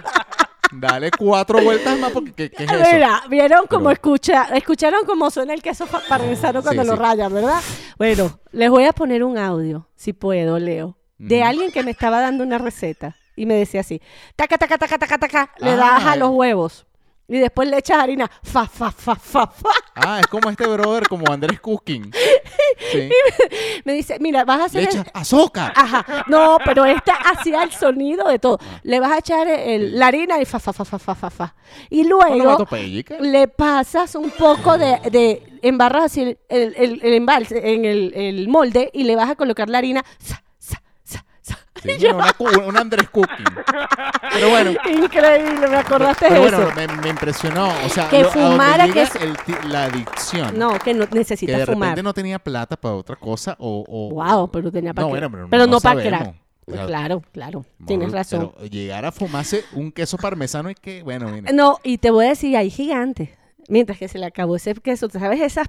Speaker 1: dale cuatro vueltas más, porque ¿qué, qué es eso?
Speaker 2: Mira, vieron cómo
Speaker 1: Pero-
Speaker 2: escucha, escucharon cómo suena el queso fa- parmesano cuando
Speaker 1: Sí,
Speaker 2: lo
Speaker 1: sí.
Speaker 2: rayan, ¿verdad? Bueno, les voy a poner un audio, si puedo, Leo, de
Speaker 1: Ujú.
Speaker 2: alguien que me estaba dando una receta y me decía así, taca, taca, taca, taca, taca, le das
Speaker 1: Ah,
Speaker 2: a los
Speaker 1: eh.
Speaker 2: huevos y después le echas harina, fa, fa, fa, fa, fa.
Speaker 1: Ah, es como este brother, como Andrés
Speaker 2: [laughs]
Speaker 1: Cooking. Sí.
Speaker 2: Me Ah, dice, mira, vas a
Speaker 1: Le
Speaker 2: hacer... el-
Speaker 1: echas azúcar.
Speaker 2: Ajá, no, pero esta hacía el sonido de todo. Le vas a echar el- la harina y fa, fa, fa, fa, fa, fa, fa. Y luego...
Speaker 1: Onomatopeyica.
Speaker 2: le pasas un poco de, de embarras así el, el, el- el embalse en el, el molde y le vas a colocar la harina. Sa, sa, sa, sa.
Speaker 1: Sí, mira, una cu- un Andrés Cooking. Pero bueno,
Speaker 2: Increíble, me acordaste
Speaker 1: Pero
Speaker 2: de
Speaker 1: bueno,
Speaker 2: eso.
Speaker 1: me, me impresionó. O sea,
Speaker 2: Que
Speaker 1: lo- a donde
Speaker 2: fumara,
Speaker 1: llega
Speaker 2: que se-
Speaker 1: el ti- la adicción.
Speaker 2: No, que no
Speaker 1: que
Speaker 2: necesitas
Speaker 1: de
Speaker 2: fumar.
Speaker 1: repente no tenía plata para otra cosa o... o-
Speaker 2: Wow, pero tenía para
Speaker 1: No,
Speaker 2: crack.
Speaker 1: bueno, pero,
Speaker 2: no, para
Speaker 1: sabemos.
Speaker 2: crack.
Speaker 1: O sea,
Speaker 2: Claro, claro, tienes
Speaker 1: pero
Speaker 2: razón.
Speaker 1: llegar a fumarse un queso parmesano y que, bueno, mira.
Speaker 2: No, y te voy a decir, hay gigantes. Mientras que se le acabó ese queso, ¿tú ¿sabes? Esas,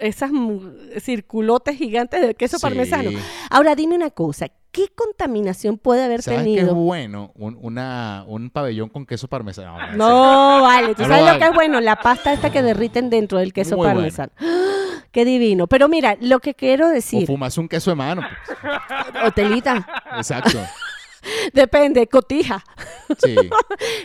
Speaker 2: esas mm, circulotes gigantes de queso
Speaker 1: Sí.
Speaker 2: parmesano. Ahora dime una cosa, ¿qué contaminación puede haber
Speaker 1: ¿Sabes qué
Speaker 2: tenido?
Speaker 1: es bueno? Un, una, un pabellón con queso parmesano. No,
Speaker 2: No, vale. ¿Tú
Speaker 1: No lo
Speaker 2: sabes lo
Speaker 1: vale.
Speaker 2: que es bueno? La pasta esta que derriten dentro del queso
Speaker 1: Muy bueno.
Speaker 2: parmesano. [gasps] ¡Ah! Qué divino. Pero mira, lo que quiero
Speaker 1: O
Speaker 2: decir,
Speaker 1: fumas un queso de mano. pues.
Speaker 2: hotelita, [laughs]
Speaker 1: Exacto.
Speaker 2: depende, cotija. [laughs]
Speaker 1: Sí.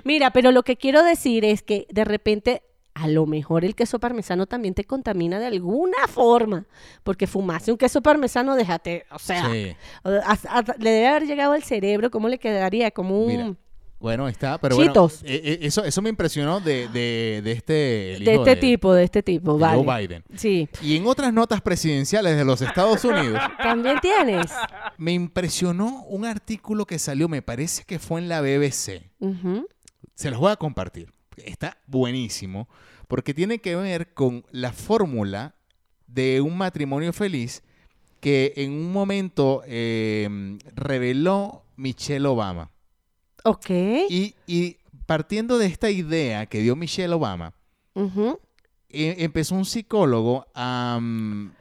Speaker 2: Mira, pero lo que quiero decir es que de repente, a lo mejor el queso parmesano también te contamina de alguna forma. Porque fumaste un queso parmesano, déjate, o sea,
Speaker 1: sí.
Speaker 2: o- a- a- le debe haber llegado al cerebro, ¿cómo le quedaría? Como un...
Speaker 1: Mira. Bueno, ahí está. Pero
Speaker 2: Chitos.
Speaker 1: bueno, eh, eh, eso, eso me impresionó de, de, de este... el
Speaker 2: De
Speaker 1: hijo
Speaker 2: este tipo, de este tipo,
Speaker 1: de
Speaker 2: vale.
Speaker 1: Joe Biden.
Speaker 2: Sí.
Speaker 1: Y en otras notas presidenciales de los Estados Unidos,
Speaker 2: También tienes.
Speaker 1: me impresionó un artículo que salió, me parece que fue en la BBC.
Speaker 2: Ujú.
Speaker 1: Se los voy a compartir. Está buenísimo porque tiene que ver con la fórmula de un matrimonio feliz que en un momento eh, reveló Michelle Obama.
Speaker 2: Ok.
Speaker 1: Y, y partiendo de esta idea que dio Michelle Obama,
Speaker 2: Ujú.
Speaker 1: e- empezó un psicólogo a, mm,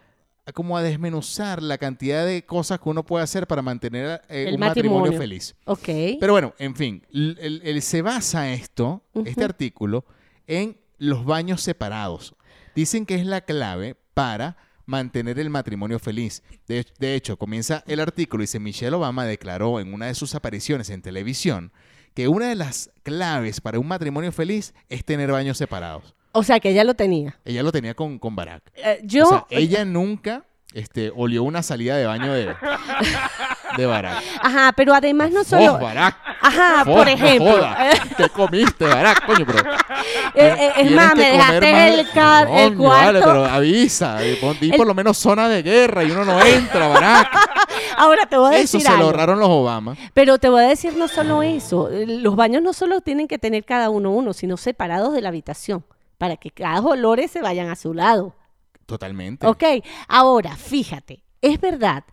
Speaker 1: a como a desmenuzar la cantidad de cosas que uno puede hacer para mantener eh,
Speaker 2: El
Speaker 1: un matrimonio.
Speaker 2: matrimonio.
Speaker 1: feliz.
Speaker 2: Ok.
Speaker 1: Pero bueno, en fin, l- el- el- se basa esto,
Speaker 2: Ujú.
Speaker 1: este artículo, en los baños separados. Dicen que es la clave para mantener el matrimonio feliz. De, de hecho, comienza el artículo y dice, Michelle Obama declaró en una de sus apariciones en televisión que una de las claves para un matrimonio feliz es tener baños separados.
Speaker 2: o sea que ya lo tenía.
Speaker 1: Ella lo tenía con, con Barack.
Speaker 2: Eh, yo.
Speaker 1: O sea, ella nunca este, olió una salida de baño
Speaker 2: [laughs]
Speaker 1: de, de Barack.
Speaker 2: Ajá, pero además no
Speaker 1: ¡Oh,
Speaker 2: solo.
Speaker 1: Barack! Joda,
Speaker 2: Ajá, Ah, por
Speaker 1: no
Speaker 2: ejemplo.
Speaker 1: joda.
Speaker 2: Eh,
Speaker 1: ¿Qué comiste, Barack? Coño,
Speaker 2: [laughs]
Speaker 1: pero.
Speaker 2: eh, eh, es
Speaker 1: tienes
Speaker 2: más,
Speaker 1: que
Speaker 2: me
Speaker 1: comer
Speaker 2: dejaste
Speaker 1: más-
Speaker 2: el, ca- el
Speaker 1: Coño,
Speaker 2: cuarto.
Speaker 1: Vale, pero avisa. eh, pon- Di
Speaker 2: El-
Speaker 1: por lo menos zona de guerra y uno no entra,
Speaker 2: [laughs]
Speaker 1: Barack.
Speaker 2: Ahora te voy a
Speaker 1: Eso
Speaker 2: decir.
Speaker 1: se lo
Speaker 2: algo.
Speaker 1: ahorraron los Obama.
Speaker 2: Pero te voy a decir no solo eso. eh, Los baños no solo tienen que tener cada uno uno, sino separados de la habitación. Para que cada olores se vayan a su lado.
Speaker 1: Totalmente.
Speaker 2: Ok, ahora fíjate, es verdad,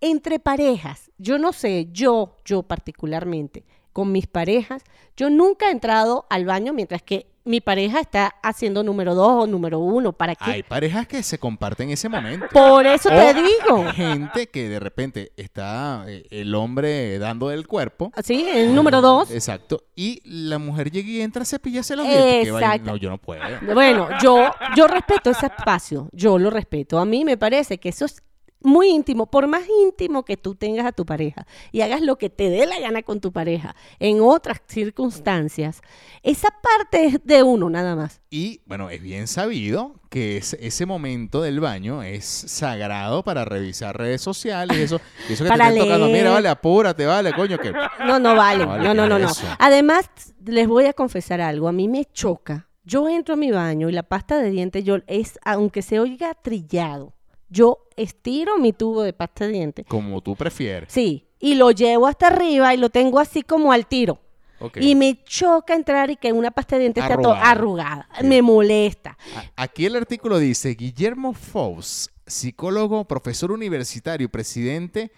Speaker 2: entre parejas, yo no sé, yo, yo particularmente, con mis parejas, yo nunca he entrado al baño mientras que mi pareja está haciendo número dos o número uno. ¿Para qué?
Speaker 1: Hay parejas que se comparten ese momento.
Speaker 2: Por eso te
Speaker 1: O
Speaker 2: digo.
Speaker 1: Gente que de repente está eh, el hombre dando del cuerpo.
Speaker 2: Sí, Ah, el número dos.
Speaker 1: Exacto. Y la mujer llega y entra a cepillarse los dientes. que vaya-
Speaker 2: Exacto.
Speaker 1: No, yo no puedo.
Speaker 2: Bueno, yo, yo respeto ese espacio, yo lo respeto. A mí me parece que eso es muy íntimo, por más íntimo que tú tengas a tu pareja y hagas lo que te dé la gana con tu pareja, en otras circunstancias, esa parte es de uno nada más.
Speaker 1: Y bueno, es bien sabido que es- ese momento del baño es sagrado para revisar redes sociales y eso. y eso que
Speaker 2: Para
Speaker 1: te están tocando,
Speaker 2: leer.
Speaker 1: mira, vale, apúrate, vale, coño, que...
Speaker 2: No, no vale,
Speaker 1: Vale,
Speaker 2: no, no,
Speaker 1: ¿qué
Speaker 2: no,
Speaker 1: es
Speaker 2: no.
Speaker 1: eso?
Speaker 2: Además, les voy a confesar algo, a mí me choca. Yo entro a mi baño y la pasta de dientes yo es, aunque se oiga trillado, yo estiro mi tubo de pasta de dientes
Speaker 1: Como tú prefieres.
Speaker 2: Sí, y lo llevo hasta arriba y lo tengo así como al tiro.
Speaker 1: Ok.
Speaker 2: Y me choca entrar y que una pasta de dientes esté to-
Speaker 1: Arrugada.
Speaker 2: arrugada. Me molesta.
Speaker 1: A- Aquí el artículo dice, Guillermo Faust, psicólogo, profesor universitario y presidente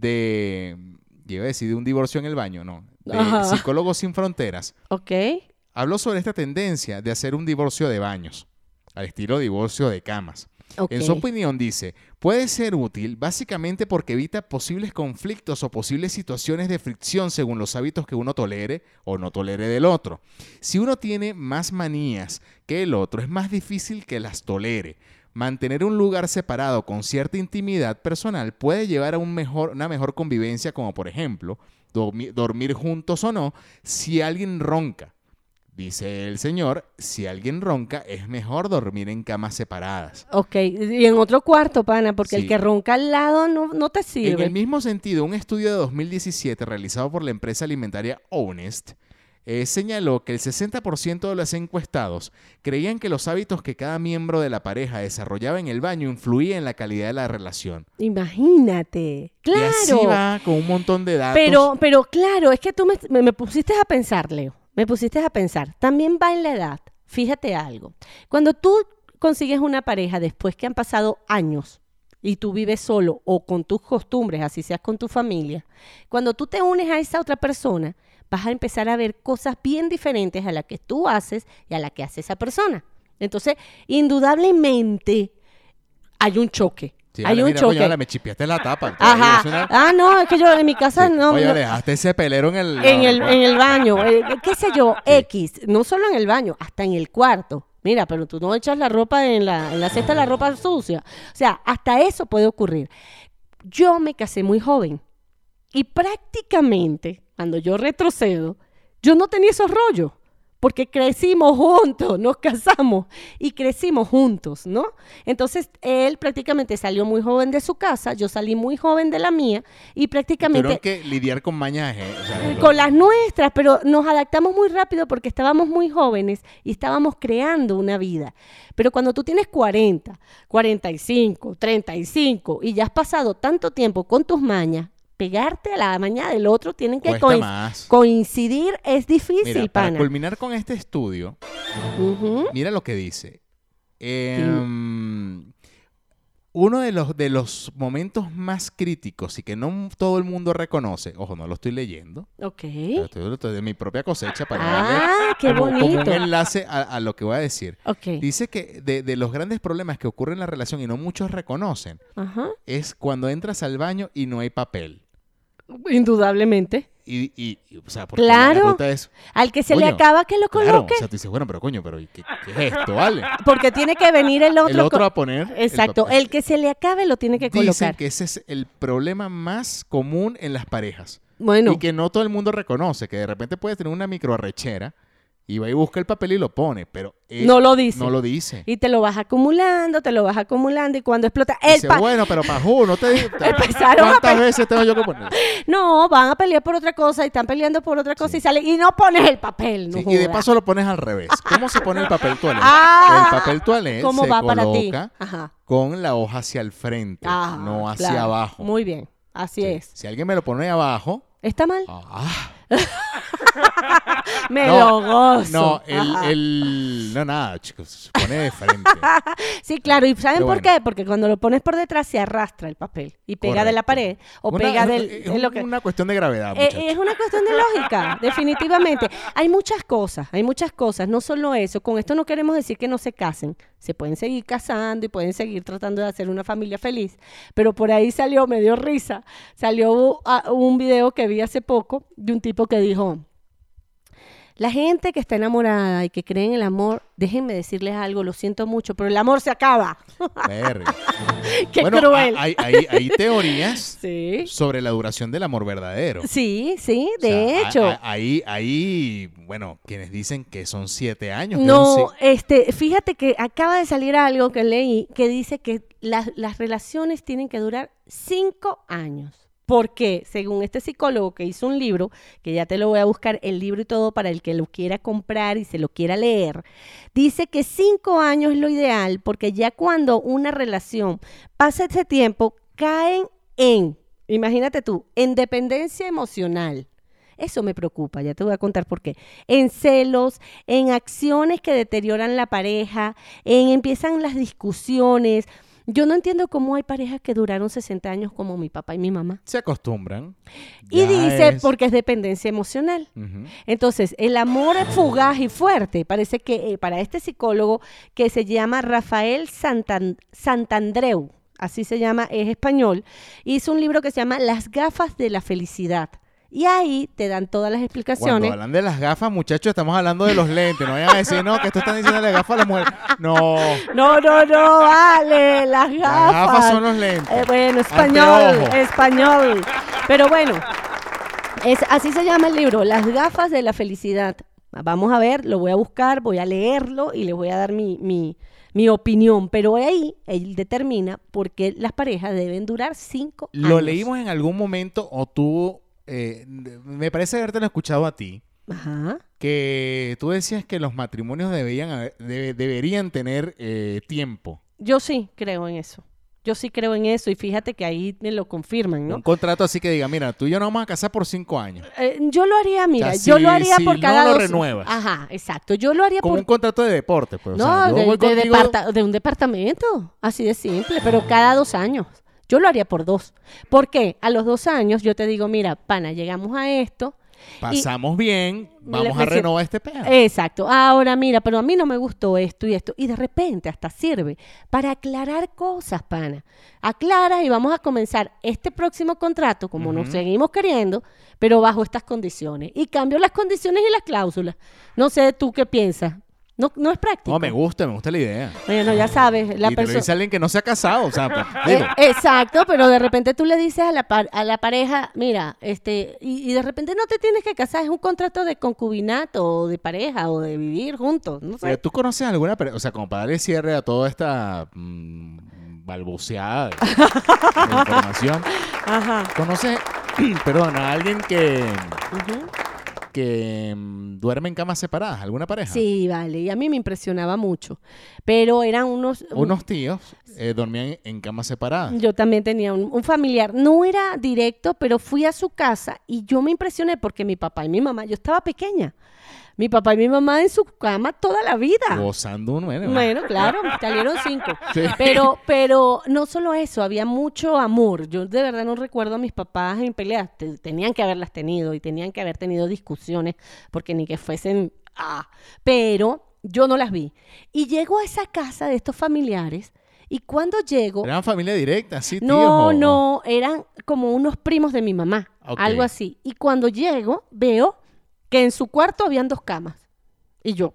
Speaker 1: de... Yo iba a decir de un divorcio en el baño, no. De
Speaker 2: Ajá.
Speaker 1: Psicólogos Sin Fronteras.
Speaker 2: ¿Ok?
Speaker 1: habló sobre esta tendencia de hacer un divorcio de baños, al estilo divorcio de camas.
Speaker 2: Ok.
Speaker 1: En su opinión dice, puede ser útil básicamente porque evita posibles conflictos o posibles situaciones de fricción según los hábitos que uno tolere o no tolere del otro. Si uno tiene más manías que el otro, es más difícil que las tolere. Mantener un lugar separado con cierta intimidad personal puede llevar a un mejor, una mejor convivencia, como por ejemplo, dormi- dormir juntos o no, si alguien ronca. Dice el señor, si alguien ronca, es mejor dormir en camas separadas.
Speaker 2: Ok, y en otro cuarto, pana, porque el
Speaker 1: Sí.
Speaker 2: que ronca al lado no, no te
Speaker 1: En
Speaker 2: sirve.
Speaker 1: el mismo sentido, un estudio de 2017 realizado por la empresa alimentaria Honest eh, señaló que el 60% de los encuestados creían que los hábitos que cada miembro de la pareja desarrollaba en el baño influían en la calidad de la relación.
Speaker 2: Imagínate. Claro.
Speaker 1: Y así va con un montón de datos.
Speaker 2: Pero, pero claro, es que tú me, me- me pusiste a pensar, Leo. Me pusiste a pensar. También va en la edad. Fíjate algo. Cuando tú consigues una pareja después que han pasado años y tú vives solo o con tus costumbres, así seas con tu familia, cuando tú te unes a esa otra persona, vas a empezar a ver cosas bien diferentes a las que tú haces y a las que hace esa persona. Entonces, indudablemente hay un choque.
Speaker 1: Sí,
Speaker 2: Hay
Speaker 1: vale,
Speaker 2: un
Speaker 1: mira,
Speaker 2: choque.
Speaker 1: Oye, vale, me chipiaste la tapa.
Speaker 2: Ajá.
Speaker 1: Es una-
Speaker 2: Ah, no, es que yo en mi casa no.
Speaker 1: oye,
Speaker 2: no-
Speaker 1: vale, dejaste ese pelero en el...
Speaker 2: en el, en el baño, eh, qué sé yo, X, no solo en el baño, hasta en el cuarto. Mira, pero tú no echas la ropa en la, en la cesta, de la ropa sucia. O sea, hasta eso puede ocurrir. Yo me casé muy joven y prácticamente, cuando yo retrocedo, yo no tenía esos rollos. Porque crecimos juntos, [laughs] nos casamos y crecimos juntos, ¿no? Entonces, él prácticamente salió muy joven de su casa, yo salí muy joven de la mía y prácticamente
Speaker 1: Tuvieron que lidiar con mañas. eh, o sea, lo-
Speaker 2: con las nuestras, pero nos adaptamos muy rápido porque estábamos muy jóvenes y estábamos creando una vida. Pero cuando tú tienes 40, 45, 35 y ya has pasado tanto tiempo con tus mañas, pegarte a la maña del otro tienen que
Speaker 1: Cuesta
Speaker 2: coinc-
Speaker 1: más.
Speaker 2: coincidir es difícil,
Speaker 1: Mira, para
Speaker 2: pana.
Speaker 1: culminar con este estudio,
Speaker 2: Ujú.
Speaker 1: mira lo que dice. Em, uno de los, de los momentos más críticos y que no todo el mundo reconoce, ojo, no lo estoy leyendo,
Speaker 2: Ok.
Speaker 1: pero estoy, lo estoy de mi propia cosecha para darle
Speaker 2: Ah, qué
Speaker 1: como- como
Speaker 2: bonito.
Speaker 1: un enlace a, a lo que voy a decir.
Speaker 2: Ok.
Speaker 1: Dice que de, de los grandes problemas que ocurren en la relación y no muchos reconocen,
Speaker 2: Ajá.
Speaker 1: es cuando entras al baño y no hay papel.
Speaker 2: Indudablemente.
Speaker 1: Y, y- y, o sea, porque
Speaker 2: Claro.
Speaker 1: la ruta es-
Speaker 2: Al que se le
Speaker 1: Coño,
Speaker 2: acaba que lo
Speaker 1: claro,
Speaker 2: coloque.
Speaker 1: o sea, tú dices, bueno, pero coño, pero ¿qué, qué es esto, vale?
Speaker 2: porque tiene que venir el [laughs] otro.
Speaker 1: el otro
Speaker 2: co-
Speaker 1: a poner. el
Speaker 2: Exacto,
Speaker 1: papel.
Speaker 2: el que se le acabe lo tiene que
Speaker 1: Dicen
Speaker 2: colocar.
Speaker 1: que ese es el problema más común en las parejas.
Speaker 2: Bueno,
Speaker 1: Y que no todo el mundo reconoce, que de repente puede tener una microarrechera y va y busca el papel y lo pone, pero él
Speaker 2: no lo dice.
Speaker 1: no lo dice.
Speaker 2: Y te lo vas acumulando, te lo vas acumulando y cuando explota el
Speaker 1: dice,
Speaker 2: pa-
Speaker 1: bueno, pero Pajú, no te
Speaker 2: [laughs]
Speaker 1: di-
Speaker 2: Empezaron a
Speaker 1: ¿Cuántas
Speaker 2: pe-
Speaker 1: veces tengo yo que poner?
Speaker 2: no, van a pelear por otra cosa y están peleando por otra cosa y sale y no pones el papel, [laughs] no
Speaker 1: Sí, y de
Speaker 2: joda.
Speaker 1: paso lo pones al revés. ¿Cómo se pone el papel toalé?
Speaker 2: [laughs] Ah,
Speaker 1: el papel toalé
Speaker 2: ¿Cómo
Speaker 1: se
Speaker 2: va para ti?
Speaker 1: coloca
Speaker 2: Ajá.
Speaker 1: con la hoja hacia el frente,
Speaker 2: Ajá,
Speaker 1: no hacia
Speaker 2: Ah, claro.
Speaker 1: abajo.
Speaker 2: Muy bien, así
Speaker 1: Sí.
Speaker 2: es.
Speaker 1: Si alguien me lo pone abajo,
Speaker 2: ¿Está mal?
Speaker 1: ah,
Speaker 2: Me
Speaker 1: No,
Speaker 2: lo gozo.
Speaker 1: No, el,
Speaker 2: Ajá.
Speaker 1: el- No, nada, chicos, se pone de frente.
Speaker 2: Sí, claro. ¿Y saben
Speaker 1: Pero bueno.
Speaker 2: por qué? Porque cuando lo pones por detrás se arrastra el papel y pega de la pared
Speaker 1: Correcto.
Speaker 2: [laughs] o
Speaker 1: Una-
Speaker 2: pega
Speaker 1: es-
Speaker 2: del...
Speaker 1: Es,
Speaker 2: de lo que...
Speaker 1: una cuestión de gravedad,
Speaker 2: Eh,
Speaker 1: muchachos.
Speaker 2: es una cuestión de
Speaker 1: [laughs]
Speaker 2: lógica, definitivamente. Hay muchas cosas, hay muchas cosas, no solo eso. Con esto no queremos decir que no se casen. Se pueden seguir casando y pueden seguir tratando de hacer una familia feliz. Pero por ahí salió, me dio risa, salió u- a- un video que vi hace poco de un tipo que dijo, la gente que está enamorada y que cree en el amor, déjenme decirles algo, lo siento mucho, pero el amor se acaba. [laughs]
Speaker 1: Verga.
Speaker 2: eh. ¡Qué
Speaker 1: Bueno,
Speaker 2: cruel!
Speaker 1: a- Hay, hay- hay teorías
Speaker 2: [laughs] sí,
Speaker 1: sobre la duración del amor verdadero.
Speaker 2: sí, sí,
Speaker 1: O sea,
Speaker 2: de
Speaker 1: a-
Speaker 2: hecho.
Speaker 1: a- Ahí, ahí, bueno, quienes dicen que son siete años. que
Speaker 2: No,
Speaker 1: un si-
Speaker 2: este, fíjate que acaba de salir algo que leí que dice que las, las relaciones tienen que durar cinco años. Porque, según este psicólogo que hizo un libro, que ya te lo voy a buscar, el libro y todo para el que lo quiera comprar y se lo quiera leer, dice que cinco años es lo ideal, porque ya cuando una relación pasa ese tiempo, caen en, imagínate tú, en dependencia emocional. Eso me preocupa, ya te voy a contar por qué. En celos, en acciones que deterioran la pareja, en empiezan las discusiones. Yo no entiendo cómo hay parejas que duraron 60 años como mi papá y mi mamá.
Speaker 1: se acostumbran.
Speaker 2: Y
Speaker 1: Ya
Speaker 2: dice
Speaker 1: es-
Speaker 2: porque es dependencia emocional.
Speaker 1: Ujú.
Speaker 2: Entonces, el amor es fugaz y fuerte. Parece que eh, para este psicólogo que se llama Rafael Santan- Santandreu, así se llama, es español, hizo un libro que se llama Las gafas de la felicidad. Y ahí te dan todas las
Speaker 1: Cuando
Speaker 2: explicaciones.
Speaker 1: hablan de las gafas, muchachos, estamos hablando de los lentes. No vayan a decir, no, que esto están diciendo las gafas a las mujeres. No,
Speaker 2: No, no, no, vale, las gafas.
Speaker 1: las gafas son los lentes.
Speaker 2: Eh, bueno, español,
Speaker 1: Anteojo.
Speaker 2: español. Pero bueno, es, así se llama el libro, Las gafas de la felicidad. Vamos a ver, lo voy a buscar, voy a leerlo y les voy a dar mi, mi, mi opinión. Pero ahí él determina por qué las parejas deben durar cinco años.
Speaker 1: Lo leímos en algún momento o tú, eh, me parece haberte escuchado a ti,
Speaker 2: Ajá.
Speaker 1: que tú decías que los matrimonios debían haber- debe- deberían tener eh, tiempo.
Speaker 2: Yo sí creo en eso. Yo sí creo en eso y fíjate que ahí me lo confirman, ¿no?
Speaker 1: Un contrato así que diga, mira, tú y yo nos vamos a casar por cinco años.
Speaker 2: Eh, yo lo haría, mira,
Speaker 1: sea,
Speaker 2: yo
Speaker 1: si-
Speaker 2: lo haría
Speaker 1: si
Speaker 2: por
Speaker 1: no
Speaker 2: cada
Speaker 1: lo
Speaker 2: dos-
Speaker 1: renuevas.
Speaker 2: Ajá, exacto. Yo lo haría
Speaker 1: Como
Speaker 2: por
Speaker 1: un contrato de deporte. Pues, o
Speaker 2: No,
Speaker 1: sea, yo
Speaker 2: de,
Speaker 1: voy
Speaker 2: de
Speaker 1: contigo-
Speaker 2: departa- de un departamento, así de simple, pero cada dos años. Yo lo haría por dos. ¿Por qué? A los dos años yo te digo, mira, pana, llegamos a esto,
Speaker 1: Pasamos bien, vamos
Speaker 2: le-
Speaker 1: a
Speaker 2: le-
Speaker 1: renovar este pedo.
Speaker 2: Eh, Exacto. Ahora mira, pero a mí no me gustó esto y esto. Y de repente hasta sirve para aclarar cosas, pana. Aclaras y vamos a comenzar este próximo contrato, como nos seguimos queriendo, pero bajo estas condiciones. Y cambio las condiciones y las cláusulas. No sé tú qué piensas. No, no es práctico.
Speaker 1: no, me gusta, me gusta la idea.
Speaker 2: Bueno, ya sabes, la
Speaker 1: y te lo
Speaker 2: persona...
Speaker 1: dice alguien que no se ha casado, o sea,
Speaker 2: [laughs]
Speaker 1: pues,
Speaker 2: Eh,
Speaker 1: digo,
Speaker 2: exacto, pero de repente tú le dices a la, par- a la pareja, mira, este, y, y de repente no te tienes que casar, es un contrato de concubinato o de pareja o de vivir juntos, no
Speaker 1: pero
Speaker 2: sé.
Speaker 1: ¿tú conoces alguna, per- o sea, como para darle cierre a toda esta mm, balbuceada
Speaker 2: [laughs]
Speaker 1: de, de información?
Speaker 2: Ajá.
Speaker 1: ¿Conoces, [clears throat] perdón, a alguien que, que mm, duerme en camas separadas? ¿Alguna pareja?
Speaker 2: Sí, vale, y a mí me impresionaba mucho, pero eran unos...
Speaker 1: Unos tíos eh, dormían en camas separadas.
Speaker 2: Yo también tenía un, un familiar, no era directo, pero fui a su casa y yo me impresioné porque mi papá y mi mamá, yo estaba pequeña, mi papá y mi mamá en su cama toda la vida.
Speaker 1: Gozando un bueno.
Speaker 2: Bueno, claro, salieron cinco.
Speaker 1: [laughs] Sí.
Speaker 2: Pero, pero no solo eso, había mucho amor. Yo de verdad no recuerdo a mis papás en peleas. Te- tenían que haberlas tenido y tenían que haber tenido discusiones porque ni que fuesen. Ah, pero yo no las vi. Y llego a esa casa de estos familiares y cuando llego.
Speaker 1: Eran familia directa, sí, tíos.
Speaker 2: No,
Speaker 1: o-
Speaker 2: no, eran como unos primos de mi mamá,
Speaker 1: Ok.
Speaker 2: algo así. Y cuando llego, veo que en su cuarto habían dos camas. Y yo.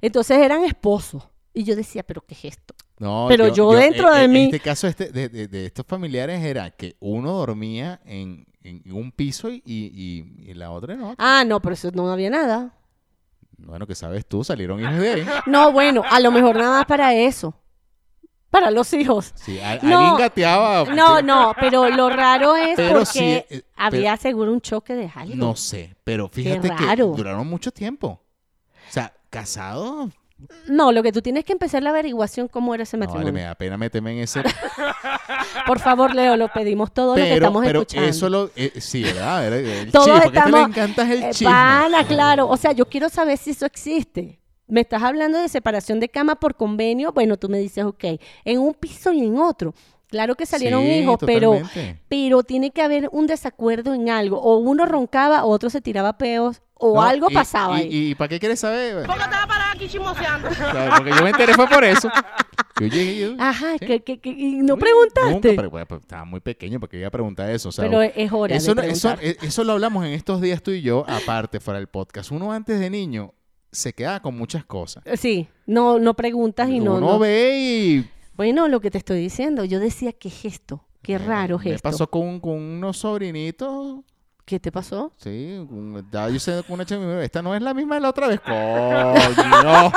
Speaker 2: Entonces eran esposos. Y yo decía, ¿pero qué es esto?
Speaker 1: No,
Speaker 2: Pero yo dentro
Speaker 1: eh,
Speaker 2: de
Speaker 1: eh,
Speaker 2: mí-
Speaker 1: En este caso este, de, de- de estos familiares era que uno dormía en, en un piso y, y- y la otra no.
Speaker 2: Ah, no, pero eso no había nada.
Speaker 1: Bueno, que sabes tú, salieron hijos
Speaker 2: [laughs]
Speaker 1: de ahí.
Speaker 2: No, bueno, a lo mejor nada más para eso. Para los hijos.
Speaker 1: Sí, al-
Speaker 2: No.
Speaker 1: alguien gateaba.
Speaker 2: No, no, pero lo raro es
Speaker 1: Pero
Speaker 2: porque
Speaker 1: sí, eh,
Speaker 2: había seguro un choque de algo.
Speaker 1: No sé, pero fíjate que
Speaker 2: raro.
Speaker 1: duraron mucho tiempo. O sea, casados.
Speaker 2: No, lo que tú tienes que empezar la averiguación cómo era ese
Speaker 1: No,
Speaker 2: matrimonio.
Speaker 1: vale, me da pena meterme en ese.
Speaker 2: Por favor, Leo, lo pedimos todo lo que
Speaker 1: pero
Speaker 2: estamos
Speaker 1: pero
Speaker 2: escuchando.
Speaker 1: eso lo. eh, sí, ¿verdad? Era el
Speaker 2: Todos
Speaker 1: chisme, porque a este
Speaker 2: estamos-
Speaker 1: le encanta es el
Speaker 2: Eh,
Speaker 1: chisme.
Speaker 2: Pana, claro. O sea, yo quiero saber si eso existe. Me estás hablando de separación de cama por convenio. Bueno, tú me dices, ok, en un piso y en otro. Claro que salieron
Speaker 1: Sí,
Speaker 2: hijos, pero,
Speaker 1: totalmente.
Speaker 2: pero tiene que haber un desacuerdo en algo. O uno roncaba, o otro se tiraba peos, o
Speaker 1: No,
Speaker 2: algo
Speaker 1: y-
Speaker 2: pasaba
Speaker 1: y-
Speaker 2: ahí.
Speaker 1: ¿Y, para qué quieres saber?
Speaker 4: ¿Cómo estaba parada aquí
Speaker 1: [laughs]
Speaker 4: chismoseando?
Speaker 1: ¿Sabes? Porque yo me enteré fue por eso. Yo llegué y yo-
Speaker 2: Ajá,
Speaker 1: sí.
Speaker 2: que, que- que- y Ah, no
Speaker 1: Nunca,
Speaker 2: preguntaste.
Speaker 1: pero, bueno, pues, estaba muy pequeño porque iba a preguntar eso. o sea,
Speaker 2: Pero es hora
Speaker 1: eso,
Speaker 2: de
Speaker 1: no- eso,
Speaker 2: preguntar.
Speaker 1: eh, eso lo hablamos en estos días tú y yo, aparte, fuera del podcast. Uno antes de niño se queda con muchas cosas.
Speaker 2: Sí, no, no preguntas y no,
Speaker 1: Uno
Speaker 2: no.
Speaker 1: ve y...
Speaker 2: Bueno, lo que te estoy diciendo, yo decía, ¿qué es esto? Qué raro es
Speaker 1: Ah, Me
Speaker 2: esto.
Speaker 1: pasó con, con unos sobrinitos,
Speaker 2: ¿Qué te pasó?
Speaker 1: sí, con- estaba yo sé con una chica y me dijo, esta no es la misma de la otra vez. Coño.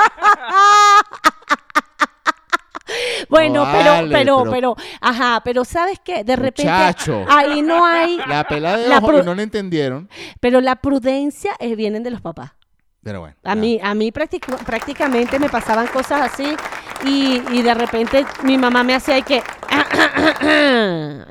Speaker 2: Bueno,
Speaker 1: No
Speaker 2: pero,
Speaker 1: Ah, vale,
Speaker 2: pero, pero,
Speaker 1: pero-
Speaker 2: ajá, pero sabes qué, de repente
Speaker 1: Muchacho.
Speaker 2: ahí no hay,
Speaker 1: [laughs] La pelada de
Speaker 2: [laughs] La
Speaker 1: ojo,
Speaker 2: pro-
Speaker 1: y no la entendieron.
Speaker 2: pero la prudencia eh, vienen de los papás.
Speaker 1: Pero bueno.
Speaker 2: A
Speaker 1: nada.
Speaker 2: mí, a mí practic- prácticamente me pasaban cosas así y, y de repente mi mamá me hacía y que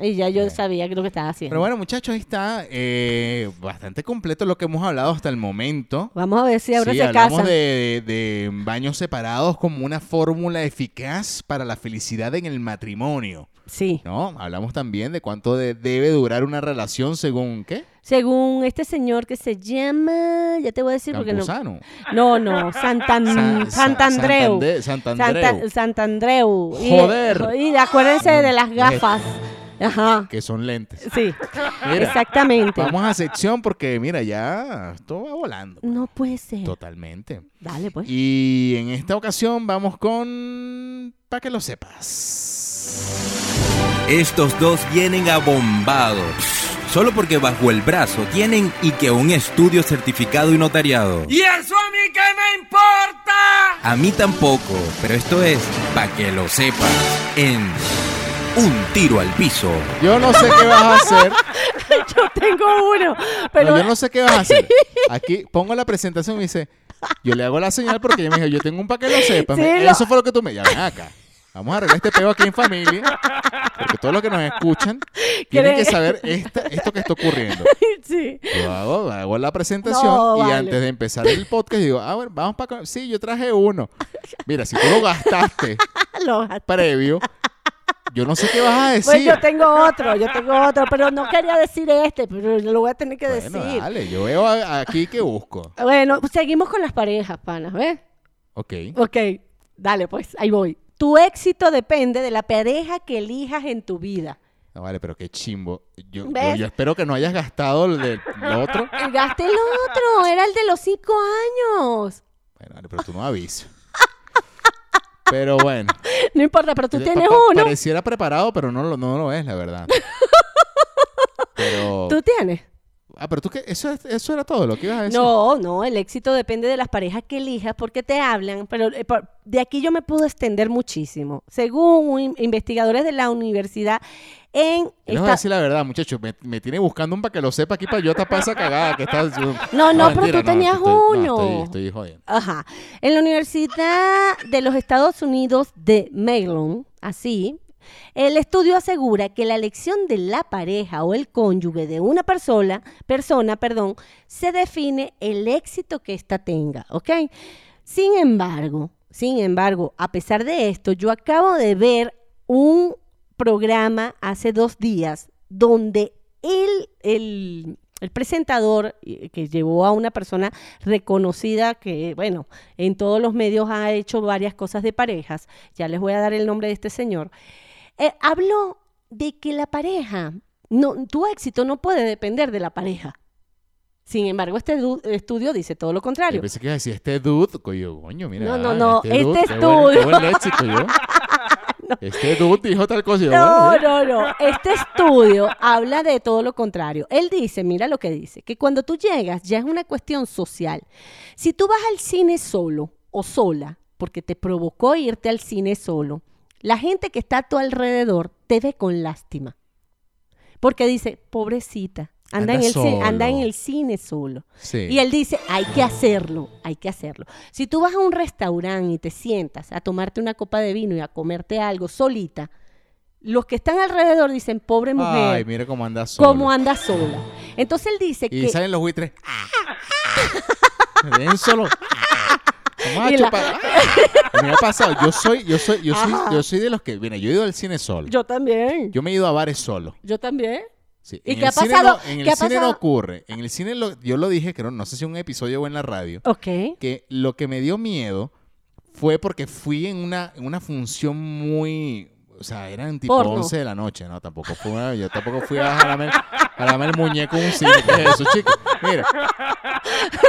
Speaker 2: [coughs] y ya yo sabía que lo que estaba haciendo.
Speaker 1: Pero bueno, muchachos, ahí está eh, bastante completo lo que hemos hablado hasta el momento.
Speaker 2: Vamos a ver si ahora
Speaker 1: sí,
Speaker 2: se
Speaker 1: hablamos
Speaker 2: casan.
Speaker 1: De, de baños separados como una fórmula eficaz para la felicidad en el matrimonio,
Speaker 2: Sí.
Speaker 1: ¿no? Hablamos también de cuánto de- debe durar una relación según qué,
Speaker 2: Según este señor que se llama, ya te voy a decir porque no.
Speaker 1: Campuzano.
Speaker 2: No, no, Santan,
Speaker 1: San- San-
Speaker 2: Santandreu.
Speaker 1: Santande- Santandreu.
Speaker 2: Santa- Santandreu. Y-
Speaker 1: Joder.
Speaker 2: Y, acuérdense de las
Speaker 1: [laughs]
Speaker 2: gafas. Ajá.
Speaker 1: que son lentes.
Speaker 2: Sí,
Speaker 1: Mira,
Speaker 2: exactamente.
Speaker 1: vamos a sección porque mira, ya esto va volando.
Speaker 2: No puede ser.
Speaker 1: Totalmente.
Speaker 2: Dale, pues.
Speaker 1: Y en esta ocasión vamos con... Para que lo sepas.
Speaker 5: Estos dos vienen abombados. Solo porque bajo el brazo tienen y que un estudio certificado y notariado.
Speaker 4: ¿Y eso a mí qué me importa?
Speaker 5: A mí tampoco, pero esto es para que lo sepas. En Un Tiro al Piso.
Speaker 1: Yo no sé qué vas a hacer.
Speaker 2: [laughs] Yo tengo uno, pero
Speaker 1: No, yo no sé qué vas a hacer. Aquí pongo la presentación y dice, yo le hago la señal porque ella me dijo, yo tengo un paquete, lo sepas.
Speaker 2: Sí,
Speaker 1: Me-
Speaker 2: lo-
Speaker 1: Eso fue lo que tú me... Ya ven acá. Vamos a arreglar este peo aquí en familia. Porque todos los que nos
Speaker 2: [laughs]
Speaker 1: escuchan tienen
Speaker 2: ¿Cree?
Speaker 1: que saber esta- esto que está ocurriendo.
Speaker 2: [laughs] sí.
Speaker 1: Yo hago, hago la presentación
Speaker 2: No,
Speaker 1: y
Speaker 2: vale.
Speaker 1: antes de empezar el podcast digo, ah, bueno, vamos para... Sí, yo traje uno. Mira, si tú Ah, lo gastaste
Speaker 2: Lo-
Speaker 1: previo, Yo no sé qué vas a decir.
Speaker 2: Pues yo tengo otro, yo tengo otro, pero no quería decir este, pero lo voy a tener que
Speaker 1: Bueno,
Speaker 2: decir.
Speaker 1: dale, yo veo a- aquí que busco.
Speaker 2: Bueno, seguimos con las parejas, panas, ¿ves?
Speaker 1: Ok.
Speaker 2: Ok, dale, pues, ahí voy. Tu éxito depende de la pareja que elijas en tu vida.
Speaker 1: No, vale, pero qué chimbo. Yo, yo-
Speaker 2: ¿Ves?
Speaker 1: yo espero que no hayas gastado el de- lo otro. [laughs]
Speaker 2: Y Gasté el otro, era el de los cinco años.
Speaker 1: Bueno, vale, pero tú no avisas. Pero bueno.
Speaker 2: No importa, pero [laughs] tú
Speaker 1: Pa-
Speaker 2: tienes
Speaker 1: pa-
Speaker 2: uno.
Speaker 1: Pareciera preparado, pero no lo, no lo es, la
Speaker 2: [laughs]
Speaker 1: verdad. Pero.
Speaker 2: ¿Tú tienes?
Speaker 1: Ah, pero tú qué. Eso, es- eso era todo lo que ibas a decir.
Speaker 2: No, no, el éxito depende de las parejas que elijas porque te hablan, pero eh, por- de aquí yo me puedo extender muchísimo. Según un in- investigadores de la universidad en
Speaker 1: Les voy a
Speaker 2: esta-
Speaker 1: decir la verdad, muchachos. Me, me tiene buscando un para que lo sepa aquí para yo tapar esa cagada que está.
Speaker 2: No, no, pero tú
Speaker 1: mentira,
Speaker 2: tenías
Speaker 1: estoy- no,
Speaker 2: uno.
Speaker 1: estoy, estoy jodiendo.
Speaker 2: Ajá. En la Universidad de los Estados Unidos de Maryland, así, el estudio asegura que la elección de la pareja o el cónyuge de una persona, persona, perdón, se define el éxito que ésta tenga, ¿ok? Sin embargo, sin embargo, a pesar de esto, yo acabo de ver un programa hace dos días donde el, el- el presentador eh, que llevó a una persona reconocida que, bueno, en todos los medios ha hecho varias cosas de parejas, ya les voy a dar el nombre de este señor, eh, habló de que la pareja, no, tu éxito no puede depender de la pareja. Sin embargo, este du- estudio dice todo lo
Speaker 1: Yo
Speaker 2: contrario.
Speaker 1: pensé que iba a decir este dude, coño, coño, mira.
Speaker 2: No, no,
Speaker 1: ah,
Speaker 2: no, este
Speaker 1: dude,
Speaker 2: es
Speaker 1: qué buen- qué
Speaker 2: tuyo.
Speaker 1: buen léxico,
Speaker 2: [laughs]
Speaker 1: yo. Este dude dijo tal cosa. y yo, bueno,
Speaker 2: No,
Speaker 1: mira.
Speaker 2: no, no. Este estudio habla de todo lo contrario. Él dice, mira lo que dice, que cuando tú llegas ya es una cuestión social. Si tú vas al cine solo o sola, porque te provocó irte al cine solo, la gente que está a tu alrededor te ve con lástima. Porque dice, pobrecita,
Speaker 1: Anda
Speaker 2: anda, en, el cine, anda en
Speaker 1: solo.
Speaker 2: el cine solo.
Speaker 1: Sí.
Speaker 2: Y él dice, hay que hacerlo, hay que hacerlo. Si tú vas a un restaurante y te sientas a tomarte una copa de vino y a comerte algo solita, los que están alrededor dicen, pobre mujer,
Speaker 1: Ay, mira cómo anda solo.
Speaker 2: ¿cómo anda sola? Entonces él dice
Speaker 1: Y
Speaker 2: que...
Speaker 1: salen los buitres. Me ven solo. Vamos a
Speaker 2: Y la-
Speaker 1: chupar. Me ha pasado. Yo soy, yo soy, yo soy, yo soy de los que. Mira, yo he ido al cine solo. Yo,
Speaker 2: Yo también, yo,
Speaker 1: me he ido a bares solo.
Speaker 2: también.
Speaker 1: Sí,
Speaker 2: ¿Y
Speaker 1: en
Speaker 2: qué
Speaker 1: el
Speaker 2: ha
Speaker 1: cine
Speaker 2: pasado?
Speaker 1: no- en el
Speaker 2: ¿Qué ha
Speaker 1: cine no
Speaker 2: pasado?
Speaker 1: ocurre. En el cine lo- yo lo dije, creo, no sé si en un episodio o en la radio,
Speaker 2: Ok.
Speaker 1: que lo que me dio miedo fue porque fui en una, en una función muy. O sea, eran tipo
Speaker 2: Porno.
Speaker 1: 11 de la noche, ¿no? Tampoco fue una- yo tampoco fui a jalarme, el- jalarme el muñeco en un cine. ¿Qué es eso, chico? Mira.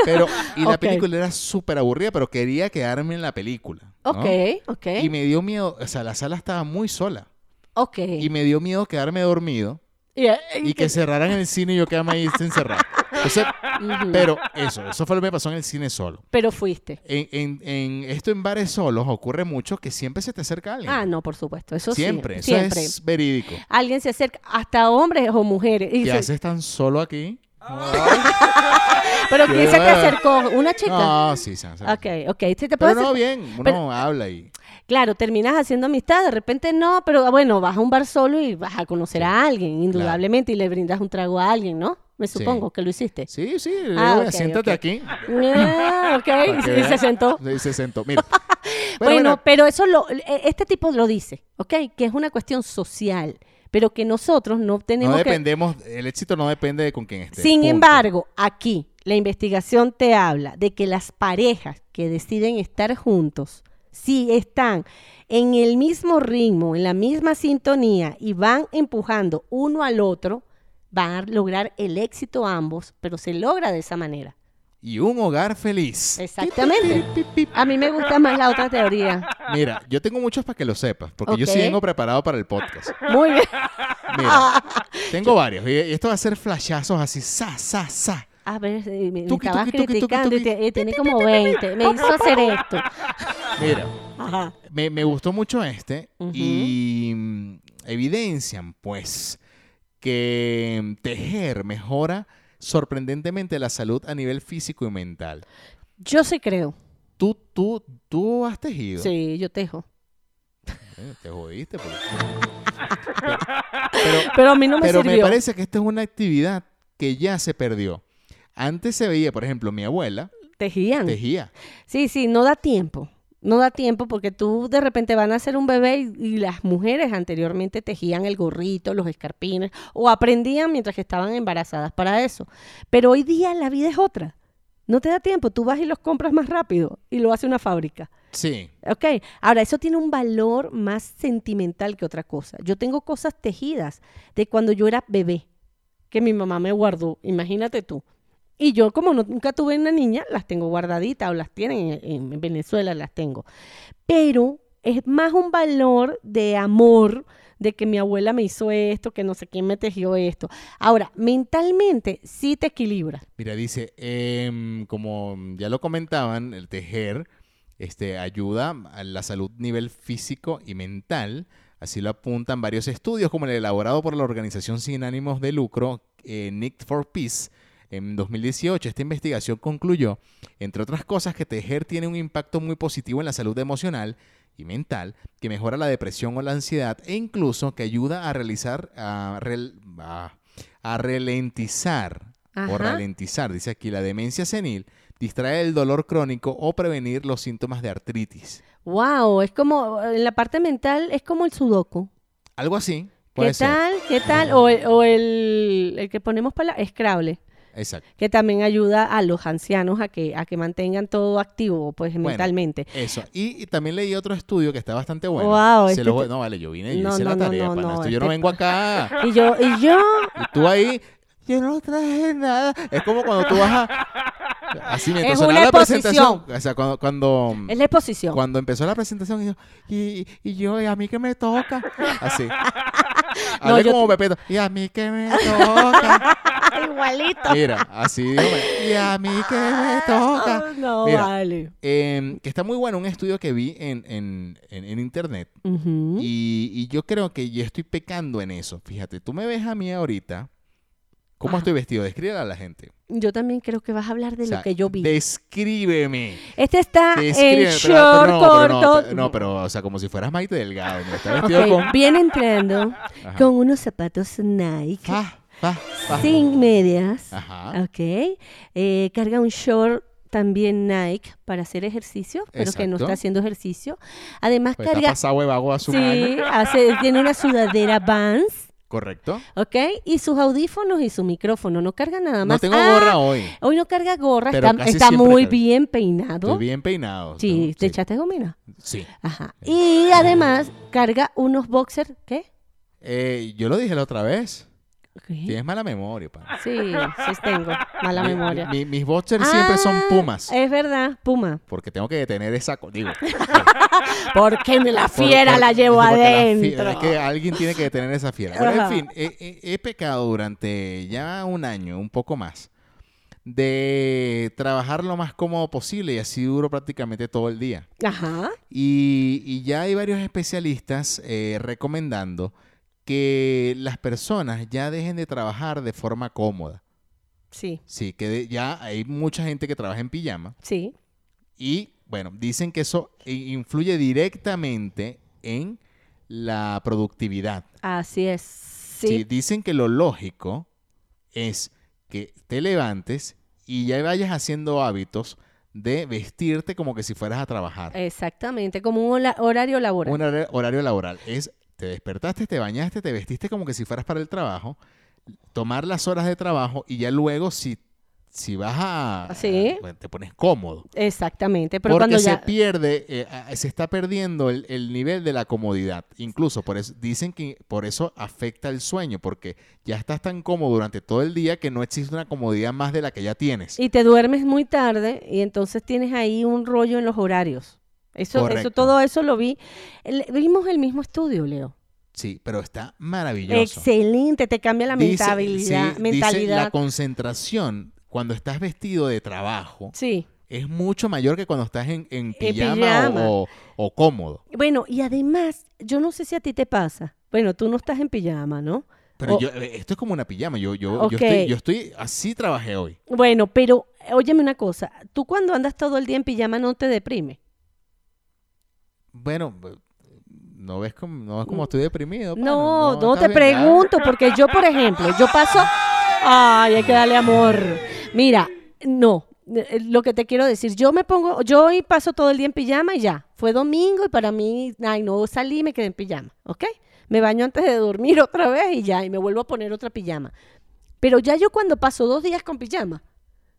Speaker 1: Pero, y la
Speaker 2: Ok.
Speaker 1: película era súper aburrida, pero quería quedarme en la película. ¿no?
Speaker 2: Ok, ok,
Speaker 1: Y me dio miedo, o sea, la sala estaba muy sola.
Speaker 2: ok.
Speaker 1: Y me dio miedo quedarme dormido
Speaker 2: Y-
Speaker 1: y que cerraran el cine y yo quedarme ahí encerrado.
Speaker 2: [laughs]
Speaker 1: Entonces,
Speaker 2: Ujú.
Speaker 1: [laughs] pero eso, eso fue lo que me pasó en el cine solo.
Speaker 2: Pero fuiste.
Speaker 1: En, en- en esto en bares solos ocurre mucho que siempre se te acerca alguien.
Speaker 2: Ah, no, por supuesto, eso sí,
Speaker 1: siempre, eso
Speaker 2: siempre.
Speaker 1: es verídico.
Speaker 2: Alguien se acerca, hasta hombres o mujeres. y
Speaker 1: ¿Qué
Speaker 2: dice,
Speaker 1: haces tan solo aquí?
Speaker 2: Pero ¿quién se
Speaker 1: [laughs]
Speaker 2: te
Speaker 1: Qué-
Speaker 2: acercó? ¿Una chica?
Speaker 1: No, Ah, sí, se acerca.
Speaker 2: Ok, ok. ¿Se te puede
Speaker 1: Pero no,
Speaker 2: acer-
Speaker 1: bien, uno
Speaker 2: Pero-
Speaker 1: habla y...
Speaker 2: Claro, terminas haciendo amistad, de repente no, pero bueno, vas a un bar solo y vas a conocer a alguien, indudablemente, y le brindas un trago a alguien, ¿no? Me
Speaker 1: Sí.
Speaker 2: supongo que lo hiciste.
Speaker 1: Sí, sí, le
Speaker 2: Ah,
Speaker 1: digo,
Speaker 2: ok,
Speaker 1: siéntate
Speaker 2: ok.
Speaker 1: aquí.
Speaker 2: [laughs] Ah,
Speaker 1: para
Speaker 2: ok, y
Speaker 1: que
Speaker 2: se- y
Speaker 1: veas.
Speaker 2: se sentó.
Speaker 1: Sí, se sentó,
Speaker 2: [laughs]
Speaker 1: mira. Pero
Speaker 2: bueno,
Speaker 1: bueno,
Speaker 2: pero eso lo, e- este tipo lo dice, ¿ok? Que es una cuestión social, pero que nosotros no
Speaker 1: no
Speaker 2: tenemos que...
Speaker 1: dependemos, el éxito no depende de con quién estés.
Speaker 2: Sin
Speaker 1: punto.
Speaker 2: embargo, aquí la investigación te habla de que las parejas que deciden estar juntos, si están en el mismo ritmo, en la misma sintonía y van empujando uno al otro, van a lograr el éxito ambos, pero se logra de esa manera.
Speaker 1: Y un hogar feliz.
Speaker 2: Exactamente. A mí me gusta más la otra teoría.
Speaker 1: Mira, yo tengo muchos para que lo sepas, porque yo sí
Speaker 2: Ok.
Speaker 1: vengo preparado para el
Speaker 2: [laughs]
Speaker 1: podcast.
Speaker 2: Muy bien.
Speaker 1: Mira, tengo varios. Y y esto va a ser flashazos así, sa, sa, sa.
Speaker 2: [laughs] A ver, eh, me, me
Speaker 1: Tuqui,
Speaker 2: estabas
Speaker 1: tuqui, tuqui,
Speaker 2: criticando y
Speaker 1: tuqui,
Speaker 2: te- eh, tiene como 20. Me hizo hacer esto.
Speaker 1: Mira,
Speaker 2: Ajá.
Speaker 1: me, me gustó mucho este
Speaker 2: Ujú.
Speaker 1: y mm, evidencian, pues, que mm, tejer mejora sorprendentemente la salud a nivel físico y mental.
Speaker 2: Yo sí creo.
Speaker 1: Tú, tú, tú has tejido.
Speaker 2: Sí, yo tejo.
Speaker 1: Eh, Te jodiste. porque-
Speaker 2: Pero a mí no me
Speaker 1: Pero me
Speaker 2: sirvió.
Speaker 1: parece que esta es una actividad que ya se perdió. Antes se veía, por ejemplo, mi abuela
Speaker 2: Tejían.
Speaker 1: tejía.
Speaker 2: Sí, sí, no da tiempo. No da tiempo porque tú de repente van a hacer un bebé y, y las mujeres anteriormente tejían el gorrito, los escarpines o aprendían mientras que estaban embarazadas para eso. Pero hoy día la vida es otra. No te da tiempo, tú vas y los compras más rápido y lo hace una fábrica.
Speaker 1: Sí.
Speaker 2: Ok, ahora eso tiene un valor más sentimental que otra cosa. Yo tengo cosas tejidas de cuando yo era bebé, que mi mamá me guardó, imagínate tú. Y yo como no- nunca tuve una niña, las tengo guardaditas o las tienen en, en Venezuela, las tengo. Pero es más un valor de amor, de que mi abuela me hizo esto, que no sé quién me tejió esto. Ahora, mentalmente sí te equilibra.
Speaker 1: Mira, dice, em, como ya lo comentaban, el tejer este, ayuda a la salud nivel físico y mental. Así lo apuntan varios estudios, como el elaborado por la organización sin ánimos de lucro, eh, Knit for Peace. En 2018, esta investigación concluyó, entre otras cosas, que tejer tiene un impacto muy positivo en la salud emocional y mental, que mejora la depresión o la ansiedad, e incluso que ayuda a realizar, a, rel- a- a ralentizar o
Speaker 2: Ajá.
Speaker 1: ralentizar, dice aquí, la demencia senil, distrae el dolor crónico o prevenir los síntomas de artritis.
Speaker 2: Wow, es como, en la parte mental es como el sudoku.
Speaker 1: Algo así. Puede
Speaker 2: ¿Qué tal? ¿Qué tal? O, el- o el, el que ponemos para Scrabble,
Speaker 1: Ser. Exacto.
Speaker 2: que también ayuda a los ancianos a que, a que mantengan todo activo, pues
Speaker 1: Bueno,
Speaker 2: mentalmente.
Speaker 1: Eso. Y, y también leí otro estudio que está bastante bueno.
Speaker 2: Wow,
Speaker 1: Se
Speaker 2: este
Speaker 1: los voy-
Speaker 2: te-
Speaker 1: No, vale, yo vine, yo
Speaker 2: No,
Speaker 1: hice
Speaker 2: no,
Speaker 1: la
Speaker 2: no,
Speaker 1: tarea,
Speaker 2: no,
Speaker 1: pana.
Speaker 2: no,
Speaker 1: Esto yo no
Speaker 2: este-
Speaker 1: vengo acá.
Speaker 2: Y yo,
Speaker 1: [laughs]
Speaker 2: y yo,
Speaker 1: Y tú ahí, yo no traje nada. Es como cuando tú vas a... Así mientras
Speaker 2: Es
Speaker 1: sonaba
Speaker 2: una
Speaker 1: la presentación.
Speaker 2: exposición.
Speaker 1: O sea, cuando... cuando
Speaker 2: es la exposición.
Speaker 1: Cuando empezó la presentación, y yo, y, y yo, y a mí que me toca.
Speaker 2: [laughs]
Speaker 1: Así. Hablé
Speaker 2: yo
Speaker 1: como Pepito, y a mí que me toca.
Speaker 2: Igualito.
Speaker 1: [laughs] Mira, así digo, y a mí que me
Speaker 2: Ah,
Speaker 1: toca.
Speaker 2: No,
Speaker 1: Mira.
Speaker 2: vale.
Speaker 1: Em, que está muy bueno un estudio que vi en, en- en- en internet.
Speaker 2: Ujú.
Speaker 1: Y, y yo creo que ya estoy pecando en eso. Fíjate, tú me ves a mí ahorita. ¿Cómo
Speaker 2: Ajá.
Speaker 1: estoy vestido? Descríbela a la gente.
Speaker 2: Yo también creo que vas a hablar de
Speaker 1: O sea,
Speaker 2: lo que yo vi.
Speaker 1: Descríbeme.
Speaker 2: Este está en
Speaker 1: Descríbeme.
Speaker 2: short
Speaker 1: Pero- pero no, pero no,
Speaker 2: corto.
Speaker 1: pero- no, pero, o sea, como si fueras Maite Delgado. mira, está vestido
Speaker 2: Ok,
Speaker 1: con
Speaker 2: Bien entrando
Speaker 1: Ajá. Ah,
Speaker 2: con unos zapatos Nike,
Speaker 1: Fa, fa, fa.
Speaker 2: sin
Speaker 1: Ah.
Speaker 2: medias.
Speaker 1: Ajá.
Speaker 2: Ok. Eh, carga un short también Nike para hacer ejercicio, pero que no
Speaker 1: Exacto.
Speaker 2: está haciendo ejercicio. Además,
Speaker 1: Pues está
Speaker 2: carga.
Speaker 1: pasado de vago a su
Speaker 2: Sí, [laughs] hace- tiene una sudadera Vans,
Speaker 1: Correcto.
Speaker 2: ¿ok? Y sus audífonos y su micrófono. No carga nada más.
Speaker 1: No tengo
Speaker 2: Ah,
Speaker 1: gorra hoy.
Speaker 2: Hoy no carga gorra,
Speaker 1: Pero
Speaker 2: está,
Speaker 1: casi
Speaker 2: está
Speaker 1: siempre
Speaker 2: muy
Speaker 1: carga.
Speaker 2: bien peinado.
Speaker 1: Estoy bien peinado.
Speaker 2: Sí,
Speaker 1: Tengo-
Speaker 2: te echaste gomina.
Speaker 1: Sí.
Speaker 2: Ajá. Y además carga unos boxers, ¿qué?
Speaker 1: Eh, yo lo dije la otra vez.
Speaker 2: ¿Qué?
Speaker 1: Tienes mala memoria, pa.
Speaker 2: Sí, sí tengo mala
Speaker 1: Mi-
Speaker 2: memoria.
Speaker 1: mi- mis boxers siempre son
Speaker 2: Ah,
Speaker 1: pumas.
Speaker 2: Es verdad, puma.
Speaker 1: Porque tengo que detener esa. co-
Speaker 2: [laughs]
Speaker 1: Digo.
Speaker 2: Porque me la
Speaker 1: por-
Speaker 2: fiera
Speaker 1: por-
Speaker 2: la llevo
Speaker 1: porque la fi-
Speaker 2: adentro.
Speaker 1: es que alguien tiene que detener esa fiera. Pero, en
Speaker 2: Ajá.
Speaker 1: fin, he, he- he pecado durante ya un año, un poco más, de trabajar lo más cómodo posible y así duro prácticamente todo el día.
Speaker 2: Ajá.
Speaker 1: Y, y ya hay varios especialistas eh, recomendando que las personas ya dejen de trabajar de forma cómoda.
Speaker 2: Sí,
Speaker 1: Sí, que de- ya hay mucha gente que trabaja en pijama
Speaker 2: sí.
Speaker 1: y, bueno, dicen que eso i- influye directamente en la productividad.
Speaker 2: Así es.
Speaker 1: Sí,
Speaker 2: Sí.
Speaker 1: dicen que lo lógico es que te levantes y ya vayas haciendo hábitos de vestirte como que si fueras a trabajar.
Speaker 2: Exactamente, como un hola- Eh, horario laboral.
Speaker 1: Un horario, horario laboral. Es, te despertaste, te bañaste, te vestiste como que si fueras para el trabajo, tomar las horas de trabajo y ya luego si, si vas a...
Speaker 2: ¿Ah, Sí.
Speaker 1: a- te pones cómodo.
Speaker 2: Exactamente, pero
Speaker 1: Porque
Speaker 2: cuando
Speaker 1: se
Speaker 2: ya
Speaker 1: pierde, eh, a- se está perdiendo el, el nivel de la comodidad. Incluso por eso, dicen que por eso afecta el sueño, porque ya estás tan cómodo durante todo el día que no existe una comodidad más de la que ya tienes.
Speaker 2: y te duermes muy tarde y entonces tienes ahí un rollo en los horarios. Eso, eso
Speaker 1: Correcto.
Speaker 2: todo eso lo vi. Le- vimos el mismo estudio, Leo.
Speaker 1: Sí, pero está maravilloso.
Speaker 2: Excelente, te cambia la
Speaker 1: Dice-
Speaker 2: mentalidad,
Speaker 1: sí, dice, la
Speaker 2: mentalidad.
Speaker 1: concentración cuando estás vestido de trabajo
Speaker 2: sí.
Speaker 1: es mucho mayor que cuando estás en, en pijama, o-
Speaker 2: pijama.
Speaker 1: O, o cómodo.
Speaker 2: Bueno, y además, yo no sé si a ti te pasa. Bueno, tú no estás en pijama, ¿no?
Speaker 1: Pero
Speaker 2: O-
Speaker 1: yo, eh, esto es como una pijama. Yo, yo, yo,
Speaker 2: Ok.
Speaker 1: estoy, yo estoy, así trabajé hoy.
Speaker 2: Bueno, pero eh, óyeme una cosa, tú cuando andas todo el día en pijama no te deprime.
Speaker 1: Bueno, b- no ves como, no ves como estoy deprimido. pana,
Speaker 2: Mm. No, no,
Speaker 1: estás
Speaker 2: te
Speaker 1: bien, ¿verdad?
Speaker 2: pregunto, porque yo, por ejemplo, yo paso. Ay, hay que darle amor. eh, Mira, no. eh, Lo que te quiero decir, yo me pongo, yo hoy paso todo el día en pijama y ya. Fue domingo y para mí, ay, no salí, me quedé en pijama, ¿ok? Me baño antes de dormir [laughs] otra vez y ya, y me vuelvo a poner otra pijama. Pero ya yo cuando paso dos días con pijama,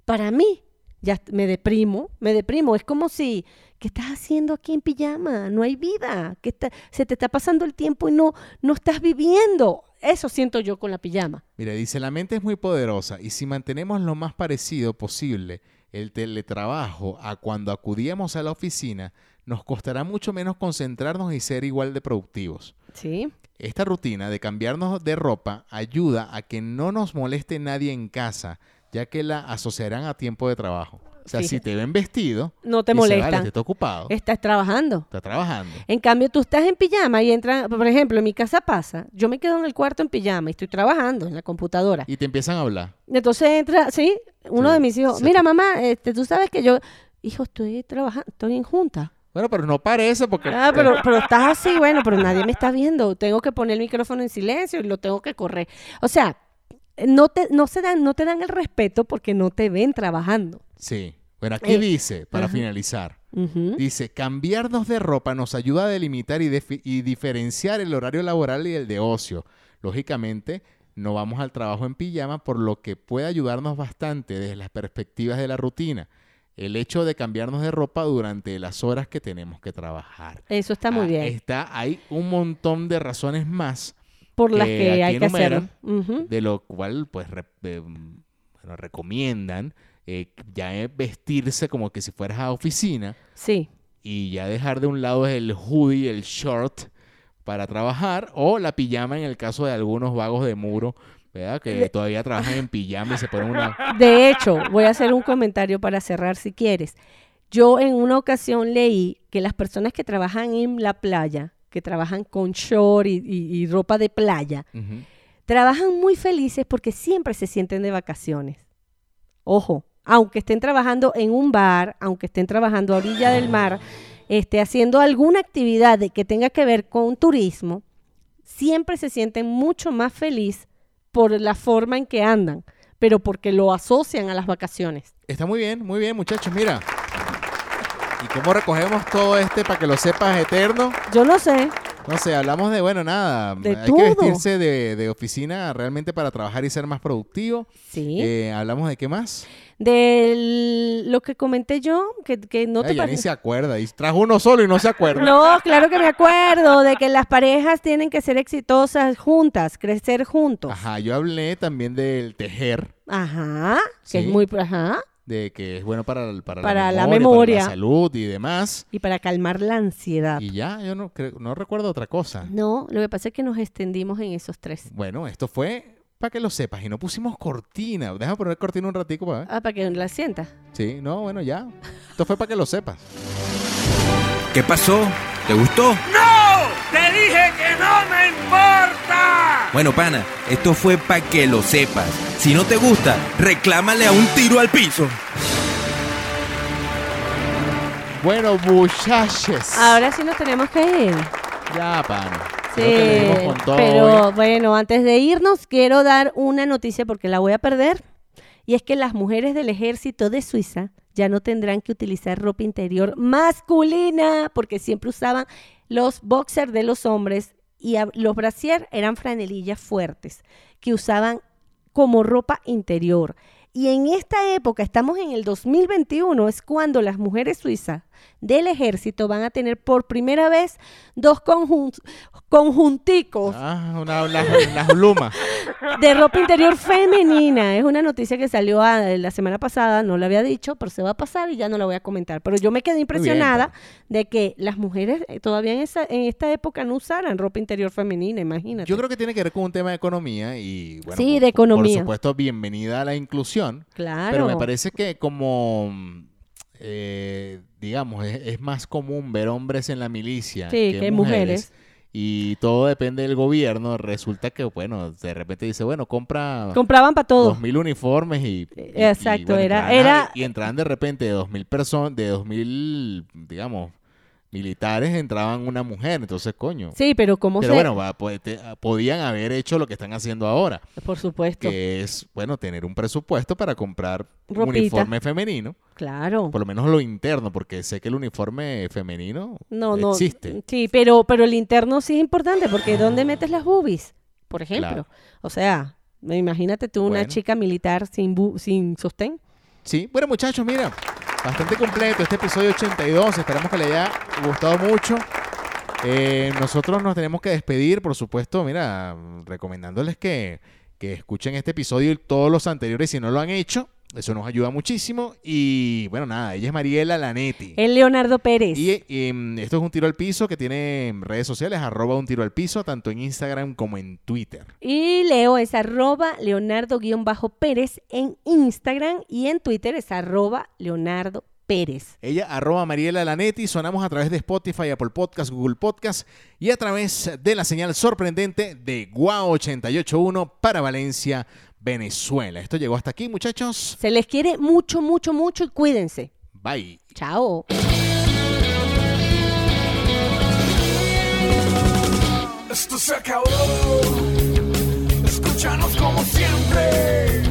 Speaker 2: para mí, ya me deprimo, me deprimo. Es como si, ¿qué estás haciendo aquí en pijama? No hay vida. ¿Qué está- se te está pasando el tiempo y no, no estás viviendo. Eso siento yo con la pijama.
Speaker 1: Mira, dice, la mente es muy poderosa y si mantenemos lo más parecido posible el teletrabajo a cuando acudíamos a la oficina, nos costará mucho menos concentrarnos y ser igual de productivos.
Speaker 2: Sí,
Speaker 1: Esta rutina de cambiarnos de ropa ayuda a que no nos moleste nadie en casa, ya que la asociarán a tiempo de trabajo. O sea, si
Speaker 2: Fíjate.
Speaker 1: te ven vestido,
Speaker 2: No te
Speaker 1: dice, "Vale,
Speaker 2: molestan.
Speaker 1: está ocupado,
Speaker 2: estás trabajando.
Speaker 1: está trabajando.
Speaker 2: En cambio, tú estás en pijama y entran, por ejemplo, en mi casa pasa, yo me quedo en el cuarto en pijama y estoy trabajando en la computadora.
Speaker 1: Y te empiezan a hablar.
Speaker 2: Entonces entra, sí, uno
Speaker 1: Sí,
Speaker 2: de mis hijos,
Speaker 1: se
Speaker 2: mira
Speaker 1: te-
Speaker 2: mamá, este, tú sabes que yo, hijo, estoy trabajando, estoy en junta.
Speaker 1: Bueno, pero no parece porque...
Speaker 2: Ah, pero, pero estás así, bueno, pero nadie me está viendo. Tengo que poner el micrófono en silencio y lo tengo que correr. O sea, no te, no se dan, no te dan el respeto porque no te ven trabajando.
Speaker 1: Sí. Bueno, aquí
Speaker 2: Eh,
Speaker 1: dice, para finalizar,
Speaker 2: Ujú.
Speaker 1: dice, cambiarnos de ropa nos ayuda a delimitar y, defi- y diferenciar el horario laboral y el de ocio. Lógicamente, no vamos al trabajo en pijama, por lo que puede ayudarnos bastante desde las perspectivas de la rutina. El hecho de cambiarnos de ropa durante las horas que tenemos que trabajar.
Speaker 2: Eso está muy
Speaker 1: Ah,
Speaker 2: bien.
Speaker 1: Está, hay un montón de razones más
Speaker 2: por las
Speaker 1: que
Speaker 2: que,
Speaker 1: aquí
Speaker 2: hay que hacerlo.
Speaker 1: enumeran
Speaker 2: Ujú.
Speaker 1: de lo cual pues re- eh, mm, bueno, recomiendan eh, ya eh, vestirse como que si fueras a oficina
Speaker 2: Sí.
Speaker 1: y ya dejar de un lado el hoodie, el short para trabajar o la pijama en el caso de algunos vagos de muro, ¿verdad? Que
Speaker 2: De-
Speaker 1: todavía trabajan en pijama y se ponen
Speaker 2: [laughs]
Speaker 1: una...
Speaker 2: De hecho, voy a hacer un comentario para cerrar si quieres. Yo en una ocasión leí que las personas que trabajan en la playa, que trabajan con short y, y- y ropa de playa,
Speaker 1: Ujú.
Speaker 2: trabajan muy felices porque siempre se sienten de vacaciones. Ojo, aunque estén trabajando en un bar, aunque estén trabajando a orilla del mar, este, haciendo alguna actividad de- que tenga que ver con turismo, siempre se sienten mucho más feliz por la forma en que andan, pero porque lo asocian a las vacaciones.
Speaker 1: Está muy bien, muy bien muchachos, mira. ¿Y cómo recogemos todo este para que lo sepas eterno?
Speaker 2: Yo no sé,
Speaker 1: No sé, hablamos de, bueno, nada,
Speaker 2: De
Speaker 1: hay
Speaker 2: todo.
Speaker 1: que vestirse de, de oficina realmente para trabajar y ser más productivo.
Speaker 2: sí,
Speaker 1: Eh, hablamos de qué más.
Speaker 2: de lo que comenté yo, que, que no
Speaker 1: Ay,
Speaker 2: te
Speaker 1: Ah, ya
Speaker 2: pare-
Speaker 1: ni se acuerda. Y trajo uno solo y no se acuerda.
Speaker 2: No, claro que me acuerdo de que las parejas tienen que ser exitosas juntas, crecer juntos. Ajá,
Speaker 1: Ajá, yo hablé también del tejer,
Speaker 2: que es
Speaker 1: Sí.
Speaker 2: muy, ajá,
Speaker 1: de que es bueno para, el- para,
Speaker 2: Para
Speaker 1: la,
Speaker 2: la
Speaker 1: memoria,
Speaker 2: memoria.
Speaker 1: para la salud y demás.
Speaker 2: y para calmar la ansiedad.
Speaker 1: Y ya, yo no, creo- no recuerdo otra cosa.
Speaker 2: No, lo que pasa es que nos extendimos en esos tres.
Speaker 1: Bueno, esto fue para que lo sepas y no pusimos cortina. Déjame poner cortina un ratico para ver.
Speaker 2: Ah, para que la sientas.
Speaker 1: Sí, no, bueno, ya. Esto fue para que lo sepas.
Speaker 5: ¿Qué pasó? ¿Te gustó?
Speaker 4: ¡No! ¡Te dije que no me importa!
Speaker 5: Bueno, pana, esto fue para que lo sepas. Si no te gusta, reclámale a un tiro al piso.
Speaker 1: Bueno, muchachos.
Speaker 2: Ahora sí nos tenemos que ir.
Speaker 1: Ya, pan.
Speaker 2: Sí,
Speaker 1: Creo que le dimos con todo
Speaker 2: pero
Speaker 1: hoy.
Speaker 2: bueno, antes de irnos quiero dar una noticia porque la voy a perder. Y es que las mujeres del ejército de Suiza ya no tendrán que utilizar ropa interior masculina porque siempre usaban los boxers de los hombres y a- los brasier eran franelillas fuertes que usaban como ropa interior. Y en esta época, estamos en el 2021, es cuando las mujeres suizas del ejército van a tener por primera vez dos conjun- conjunticos
Speaker 1: Ah, una, las, las plumas.
Speaker 2: de ropa interior femenina. Es una noticia que salió ah, la semana pasada, no la había dicho, pero se va a pasar y ya no la voy a comentar. Pero yo me quedé impresionada
Speaker 1: pues.
Speaker 2: de que las mujeres eh, todavía en, esa- en esta época no usaran ropa interior femenina, imagínate.
Speaker 1: Yo creo que tiene que ver con un tema de economía y bueno,
Speaker 2: Sí,
Speaker 1: por-
Speaker 2: de economía.
Speaker 1: Por supuesto, bienvenida a la inclusión,
Speaker 2: claro.
Speaker 1: pero me parece que como mm, eh, digamos es, es más común ver hombres en la milicia
Speaker 2: Sí, que mujeres.
Speaker 1: y todo depende del gobierno. Resulta que bueno, de repente dice bueno compra
Speaker 2: Compraban para todo. Eh,
Speaker 1: dos mil uniformes y, y- y,
Speaker 2: Exacto,
Speaker 1: bueno,
Speaker 2: era-
Speaker 1: entraban a-
Speaker 2: era-
Speaker 1: y entraban de repente de dos mil personas, de dos mil digamos militares entraban una mujer, entonces coño.
Speaker 2: Sí, pero ¿cómo
Speaker 1: Pero
Speaker 2: se...?
Speaker 1: bueno, va, po- te- ah, podían haber hecho lo que están haciendo ahora,
Speaker 2: Por supuesto,
Speaker 1: que es, bueno, tener un presupuesto para comprar un
Speaker 2: Ropita.
Speaker 1: uniforme femenino,
Speaker 2: claro.
Speaker 1: por lo menos lo interno, porque sé que el uniforme femenino
Speaker 2: No, no.
Speaker 1: existe. Ah.
Speaker 2: Sí, pero, pero el interno sí es importante porque ¿dónde metes las boobies? Por ejemplo.
Speaker 1: Claro.
Speaker 2: O sea, imagínate tú una
Speaker 1: Bueno.
Speaker 2: chica militar sin, bu- sin sostén.
Speaker 1: Sí, bueno muchachos, mira, bastante completo este episodio 82, esperamos que les haya gustado mucho. Eh, nosotros nos tenemos que despedir, por supuesto, mira, recomendándoles que, que escuchen este episodio y todos los anteriores si no lo han hecho. Eso nos ayuda muchísimo. Y bueno, nada, ella es Mariela Lanetti.
Speaker 2: El Leonardo Pérez.
Speaker 1: Y, eh, em, esto es Un Tiro al Piso que tiene redes sociales, arroba Un Tiro al Piso, tanto en Instagram como en Twitter.
Speaker 2: Y Leo es arroba leonardo-pérez en Instagram y en Twitter es arroba leonardo pérez.
Speaker 1: Ella, arroba Mariela Lanetti, sonamos a través de Spotify, Apple Podcast, Google Podcast y a través de la señal sorprendente de Guau 881 para Valencia, Venezuela. Esto llegó hasta aquí, muchachos.
Speaker 2: Se les quiere mucho, mucho, mucho y cuídense.
Speaker 1: Bye.
Speaker 2: Chao.
Speaker 4: Esto se acabó. Escúchanos como siempre.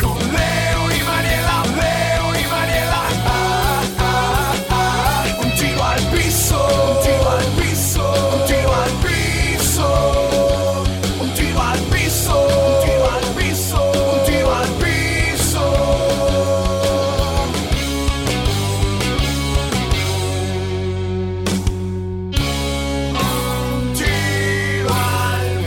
Speaker 4: Con Leo y Mariela, Leo y Mariela. Ah, ah, ah. Un tiro al piso, un tiro al piso, un tiro al piso. Un tiro al piso, un tiro al piso, un tiro al piso. Un tiro al